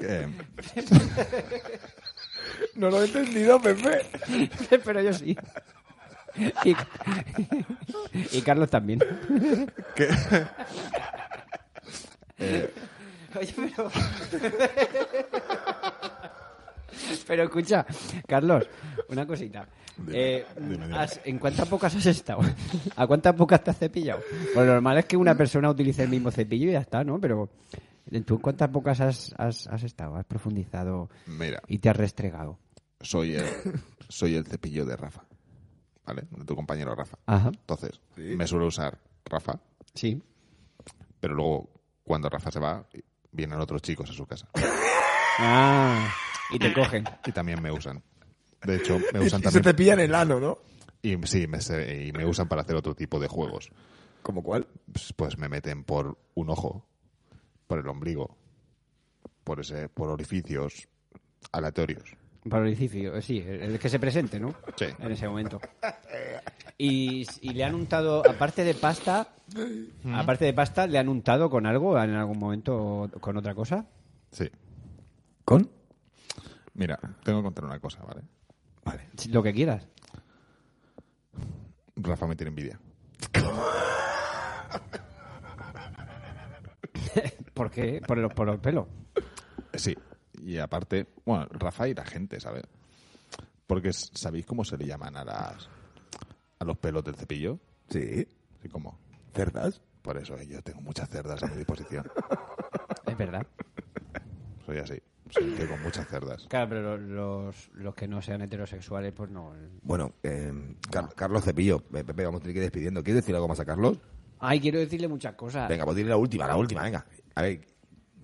[SPEAKER 1] Eh,
[SPEAKER 3] (laughs) No lo he entendido, Pepe.
[SPEAKER 2] (laughs) Pero yo sí. Y, y Carlos también. (laughs) Eh. Oye, pero... pero escucha, Carlos, una cosita. Eh, has- ¿En cuántas pocas has estado? ¿A cuántas pocas te has cepillado? Bueno, lo normal es que una persona utilice el mismo cepillo y ya está, ¿no? Pero ¿tú en cuántas pocas has, has- has estado? ¿Has profundizado
[SPEAKER 1] mira,
[SPEAKER 2] y te has restregado?
[SPEAKER 1] soy el, soy el cepillo de Rafa, ¿vale? De tu compañero Rafa.
[SPEAKER 2] Ajá.
[SPEAKER 1] Entonces, me suele usar Rafa,
[SPEAKER 2] Sí.
[SPEAKER 1] pero luego cuando Rafa se va, vienen otros chicos a su casa.
[SPEAKER 2] Ah, y te cogen.
[SPEAKER 1] Y también me usan. De hecho, (laughs) me
[SPEAKER 3] Y
[SPEAKER 1] usan
[SPEAKER 3] se
[SPEAKER 1] también.
[SPEAKER 3] cepilla en el ano, ¿no?
[SPEAKER 1] Y sí, me, se- y me usan para hacer otro tipo de juegos.
[SPEAKER 3] ¿Como cuál?
[SPEAKER 1] pues, pues me meten por un ojo, por el ombligo, por ese, por orificios aleatorios.
[SPEAKER 2] Para el edificio, eh, sí, el el que se presente, ¿no?
[SPEAKER 1] Sí.
[SPEAKER 2] En ese momento. Y, y le han untado, aparte de pasta, aparte de pasta, le han untado con algo en algún momento o con otra cosa.
[SPEAKER 1] Sí.
[SPEAKER 3] ¿Con?
[SPEAKER 1] Mira, tengo que contar una cosa, ¿vale?
[SPEAKER 3] Vale.
[SPEAKER 2] Sí, Lo que quieras.
[SPEAKER 1] Rafa me tiene envidia.
[SPEAKER 2] ¿Por qué? Por el, por el pelo.
[SPEAKER 1] Sí. Y aparte, bueno, Rafa y la gente, ¿sabes? Porque s- ¿sabéis cómo se le llaman a las a los pelos del cepillo?
[SPEAKER 3] Sí.
[SPEAKER 1] Sí, ¿cómo?
[SPEAKER 3] ¿Cerdas?
[SPEAKER 1] Por eso eh, yo tengo muchas cerdas a mi disposición.
[SPEAKER 2] Es verdad.
[SPEAKER 1] Soy así. Soy un tío con muchas cerdas.
[SPEAKER 2] Claro, pero lo- los, los que no sean heterosexuales, pues no.
[SPEAKER 3] Bueno, eh, Car- Carlos Cepillo, eh, Pepe, vamos a tener que ir despidiendo. ¿Quieres decir algo más a Carlos?
[SPEAKER 2] Ay, quiero decirle muchas cosas.
[SPEAKER 3] Venga, pues dile la última, la última, venga. A ver,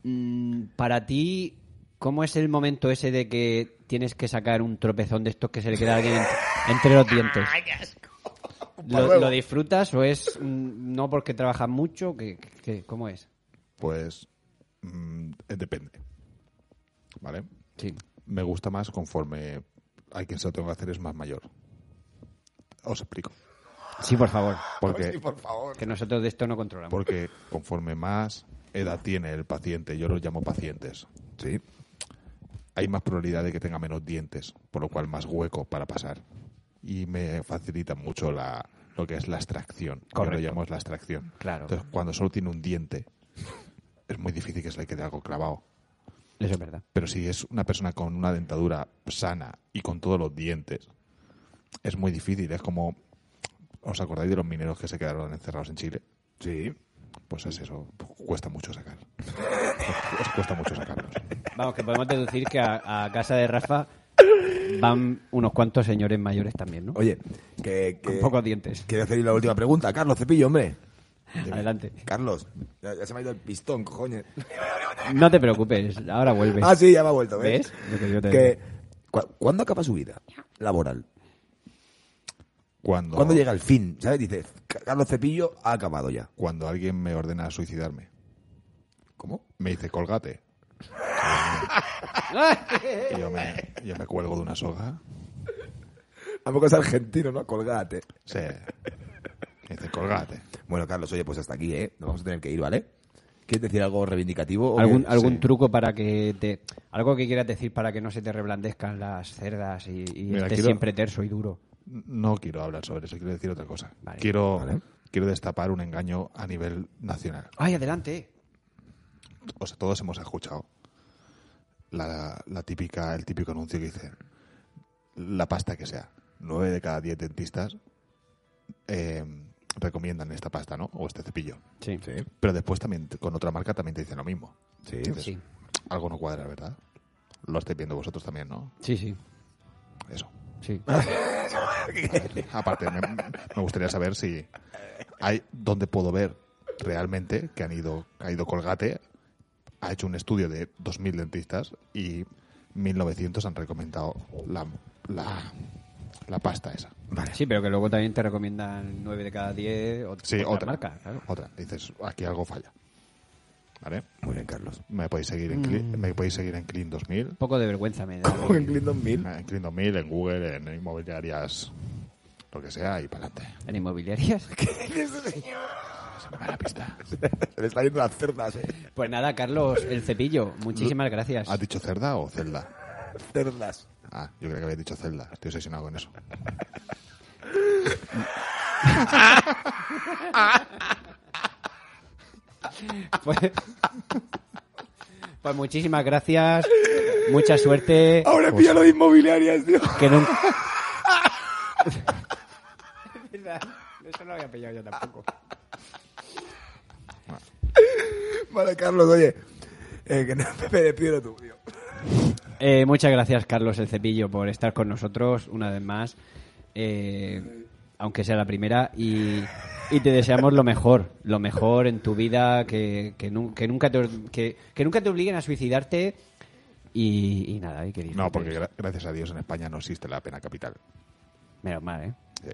[SPEAKER 2] Mm, Para ti, ¿cómo es el momento ese de que tienes que sacar un tropezón de estos que se le queda a alguien en- entre los dientes? ¿Lo, lo disfrutas o es mm, no porque trabajas mucho? que ¿Cómo es?
[SPEAKER 1] Pues mm, eh, depende. ¿Vale?
[SPEAKER 2] Sí.
[SPEAKER 1] me gusta más conforme hay quien se lo tengo que hacer es más mayor. Os explico.
[SPEAKER 2] Sí, por favor.
[SPEAKER 1] Porque,
[SPEAKER 3] por favor.
[SPEAKER 2] Que nosotros de esto no controlamos.
[SPEAKER 1] porque conforme más edad tiene el paciente, yo los llamo pacientes, ¿sí? hay más probabilidad de que tenga menos dientes, por lo cual más hueco para pasar. Y me facilita mucho la, lo que es la extracción. que
[SPEAKER 2] Correcto.
[SPEAKER 1] Lo llamamos la extracción.
[SPEAKER 2] Claro.
[SPEAKER 1] Entonces, cuando solo tiene un diente, es muy difícil que se le quede algo clavado.
[SPEAKER 2] Eso es verdad.
[SPEAKER 1] Pero si es una persona con una dentadura sana y con todos los dientes, es muy difícil. Es como. ¿Os acordáis de los mineros que se quedaron encerrados en Chile? Sí. Pues es eso. Cuesta mucho sacar. (laughs) Os cuesta mucho sacarlos.
[SPEAKER 2] Vamos, que podemos deducir que a, a casa de Rafa van unos cuantos señores mayores también, ¿no?
[SPEAKER 3] Oye, que, que
[SPEAKER 2] Con pocos dientes.
[SPEAKER 3] quiero hacer la última pregunta. Carlos Cepillo, hombre.
[SPEAKER 2] Adelante.
[SPEAKER 3] Carlos, ya, ya se me ha ido el pistón, cojones.
[SPEAKER 2] No te preocupes, ahora vuelves.
[SPEAKER 3] Ah, sí, ya me ha vuelto, ¿ves?
[SPEAKER 2] ¿Ves? Lo que yo te
[SPEAKER 3] Que,
[SPEAKER 2] digo.
[SPEAKER 3] cu- ¿Cuándo acaba su vida laboral?
[SPEAKER 1] Cuando,
[SPEAKER 3] ¿Cuándo llega el fin? ¿Sabes? Dices, "Ca- Carlos Cepillo ha acabado ya.
[SPEAKER 1] cuando alguien me ordena suicidarme,
[SPEAKER 3] ¿Cómo?
[SPEAKER 1] me dice colgate. Y yo me, yo me cuelgo de una soga.
[SPEAKER 3] A poco es argentino, ¿no? Colgate.
[SPEAKER 1] Sí. Me dice colgate.
[SPEAKER 3] Bueno, Carlos, oye, pues hasta aquí, ¿eh? Nos vamos a tener que ir, ¿vale? ¿Quieres decir algo reivindicativo? o
[SPEAKER 2] ¿Algún,
[SPEAKER 3] qué?
[SPEAKER 2] algún
[SPEAKER 1] sí.
[SPEAKER 2] truco para que te... Algo que quieras decir para que no se te reblandezcan las cerdas y, y
[SPEAKER 1] Mira,
[SPEAKER 2] estés
[SPEAKER 1] quiero-
[SPEAKER 2] siempre terso y duro.
[SPEAKER 1] No quiero hablar sobre eso, quiero decir otra cosa.
[SPEAKER 2] Vale.
[SPEAKER 1] Quiero,
[SPEAKER 3] Vale.
[SPEAKER 1] quiero destapar un engaño a nivel nacional.
[SPEAKER 2] ¡Ay, adelante!
[SPEAKER 1] O sea, todos hemos escuchado la, la típica, el típico anuncio que dice la pasta que sea. Nueve de cada diez dentistas eh, recomiendan esta pasta, ¿no? O este cepillo.
[SPEAKER 2] Sí.
[SPEAKER 3] Sí,
[SPEAKER 1] Pero después también, te- con otra marca también te dicen lo mismo.
[SPEAKER 3] sí.
[SPEAKER 2] Sí,
[SPEAKER 1] Algo no cuadra, ¿verdad? Lo estáis viendo vosotros también, ¿no?
[SPEAKER 2] sí, sí.
[SPEAKER 1] Eso.
[SPEAKER 2] sí.
[SPEAKER 1] Aparte, me, me gustaría saber si hay dónde puedo ver realmente que han ido, que ha ido Colgate, ha hecho un estudio de 2.000 dentistas y 1.900 han recomendado la, la, la pasta esa.
[SPEAKER 2] Sí, pero que luego también te recomiendan 9 de cada 10 o
[SPEAKER 1] Sí, otra.
[SPEAKER 2] marca. claro.
[SPEAKER 1] Otra. Dices, aquí algo falla. ¿Vale?
[SPEAKER 3] Muy bien, Carlos.
[SPEAKER 1] Me podéis seguir en, Clean- me podéis seguir en Clean 2000.
[SPEAKER 2] Un poco de vergüenza me da.
[SPEAKER 1] (laughs)
[SPEAKER 3] en Clinton Pues Mil.
[SPEAKER 1] En Clean 2000, en Google, en inmobiliarias, lo que sea, y para adelante.
[SPEAKER 2] ¿En inmobiliarias?
[SPEAKER 1] Mala pista.
[SPEAKER 3] (laughs) Se le está yendo las cerdas, ¿eh?
[SPEAKER 2] Pues nada, Carlos, el cepillo. Muchísimas gracias.
[SPEAKER 1] ¿Has dicho cerda o celda?
[SPEAKER 3] Cerdas.
[SPEAKER 1] Ah, yo creo que había dicho Zelda. Estoy obsesionado con eso.
[SPEAKER 2] Pues, (laughs) pues muchísimas gracias. Mucha suerte.
[SPEAKER 3] Ahora pilla lo de inmobiliarias, tío. (laughs)
[SPEAKER 2] Que nunca... (laughs) Es verdad, Eso no lo había pillado yo tampoco.
[SPEAKER 3] Vale, Carlos, oye. Eh, que no, (laughs) Pepe, despídelo tú, tío.
[SPEAKER 2] Eh, muchas gracias, Carlos El Cepillo, por estar con nosotros una vez más, eh, aunque sea la primera, y, y te deseamos lo mejor, lo mejor en tu vida, que, que, nu- que nunca, te, or- que, que nunca te obliguen a suicidarte y, y nada, y que
[SPEAKER 1] No,
[SPEAKER 2] disfrutes.
[SPEAKER 1] porque gra- gracias a Dios en España no existe la pena capital.
[SPEAKER 2] Menos mal, ¿eh?
[SPEAKER 1] Sí.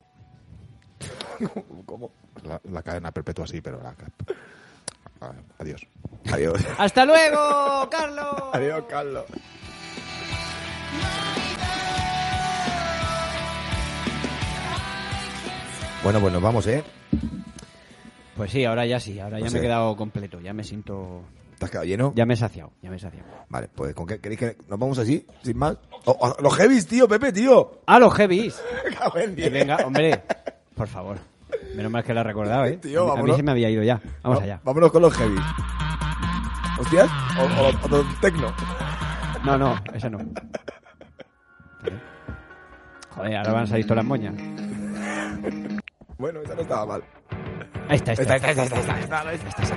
[SPEAKER 1] La, la cadena perpetua sí, pero la... cap- Ah, Adiós.
[SPEAKER 3] Adiós.
[SPEAKER 2] ¡Hasta luego, Carlos!
[SPEAKER 3] (laughs) Adiós, Carlos. Bueno, pues nos vamos, ¿eh?
[SPEAKER 2] Pues sí, ahora ya sí, ahora ya
[SPEAKER 3] Pues
[SPEAKER 2] me he
[SPEAKER 3] sí.
[SPEAKER 2] quedado completo, ya me siento...
[SPEAKER 3] ¿Te has quedado lleno?
[SPEAKER 2] Ya me he saciado, ya me he saciado.
[SPEAKER 3] Vale, pues ¿con qué queréis que nos vamos así? Sin más. O- o- los heavies, tío, Pepe, tío.
[SPEAKER 2] ¡A Ah, los heavies!
[SPEAKER 3] Me cago en
[SPEAKER 2] Que
[SPEAKER 3] diez.
[SPEAKER 2] venga,
[SPEAKER 3] (laughs)
[SPEAKER 2] hombre, por favor. Menos mal que lo has recordado, ¿eh?
[SPEAKER 3] Tío,
[SPEAKER 2] A mí- a mí
[SPEAKER 3] vámonos.
[SPEAKER 2] se me había ido ya. Vamos
[SPEAKER 3] Va-
[SPEAKER 2] allá.
[SPEAKER 3] Vámonos con los heavies. ¿Hostias? ¿O, o, o los tecno?
[SPEAKER 2] No, no, esa no. Joder, ahora van a salir todas las moñas.
[SPEAKER 3] Bueno, esa no estaba mal.
[SPEAKER 2] Ahí está, ahí está.
[SPEAKER 3] Esta, esta, esta, esta, esta.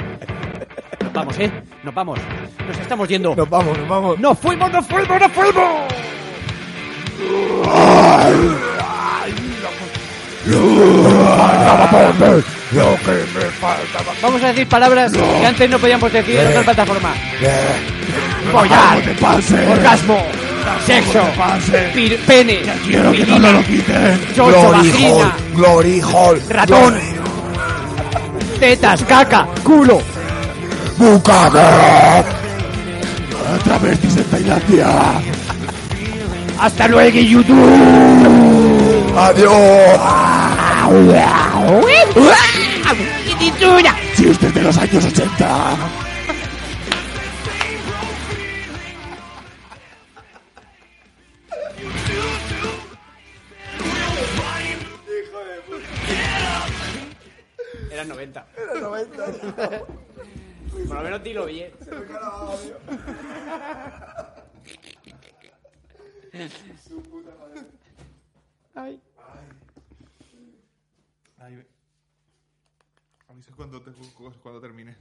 [SPEAKER 2] Nos vamos, ¿eh? Nos vamos. Nos estamos yendo.
[SPEAKER 3] Nos vamos, nos vamos.
[SPEAKER 2] ¡Nos fuimos, nos fuimos, nos fuimos!
[SPEAKER 11] Lo que me faltaba
[SPEAKER 2] Vamos a decir palabras que antes no podíamos decir en otra plataforma.
[SPEAKER 11] ¡Follar! ¡No te pase!
[SPEAKER 2] Orgasmo, sexo,
[SPEAKER 11] pase.
[SPEAKER 2] pir- pene,
[SPEAKER 11] ¡Quiero que no lo quiten!
[SPEAKER 2] chocho, vagina,
[SPEAKER 3] Hall, Glory Hall,
[SPEAKER 2] ratón, tetas, caca, culo.
[SPEAKER 11] ¡Bucaque!
[SPEAKER 3] travestis en Tailandia.
[SPEAKER 2] ¡Hasta luego, YouTube!
[SPEAKER 3] ¡Adiós!
[SPEAKER 12] ¡Qué titula!
[SPEAKER 3] Si usted es de los años 80.
[SPEAKER 2] Era 90. Era 90. (laughs) Por lo menos dilo bien.
[SPEAKER 7] Ay, ve. Aviso cuando, te- cuando termine.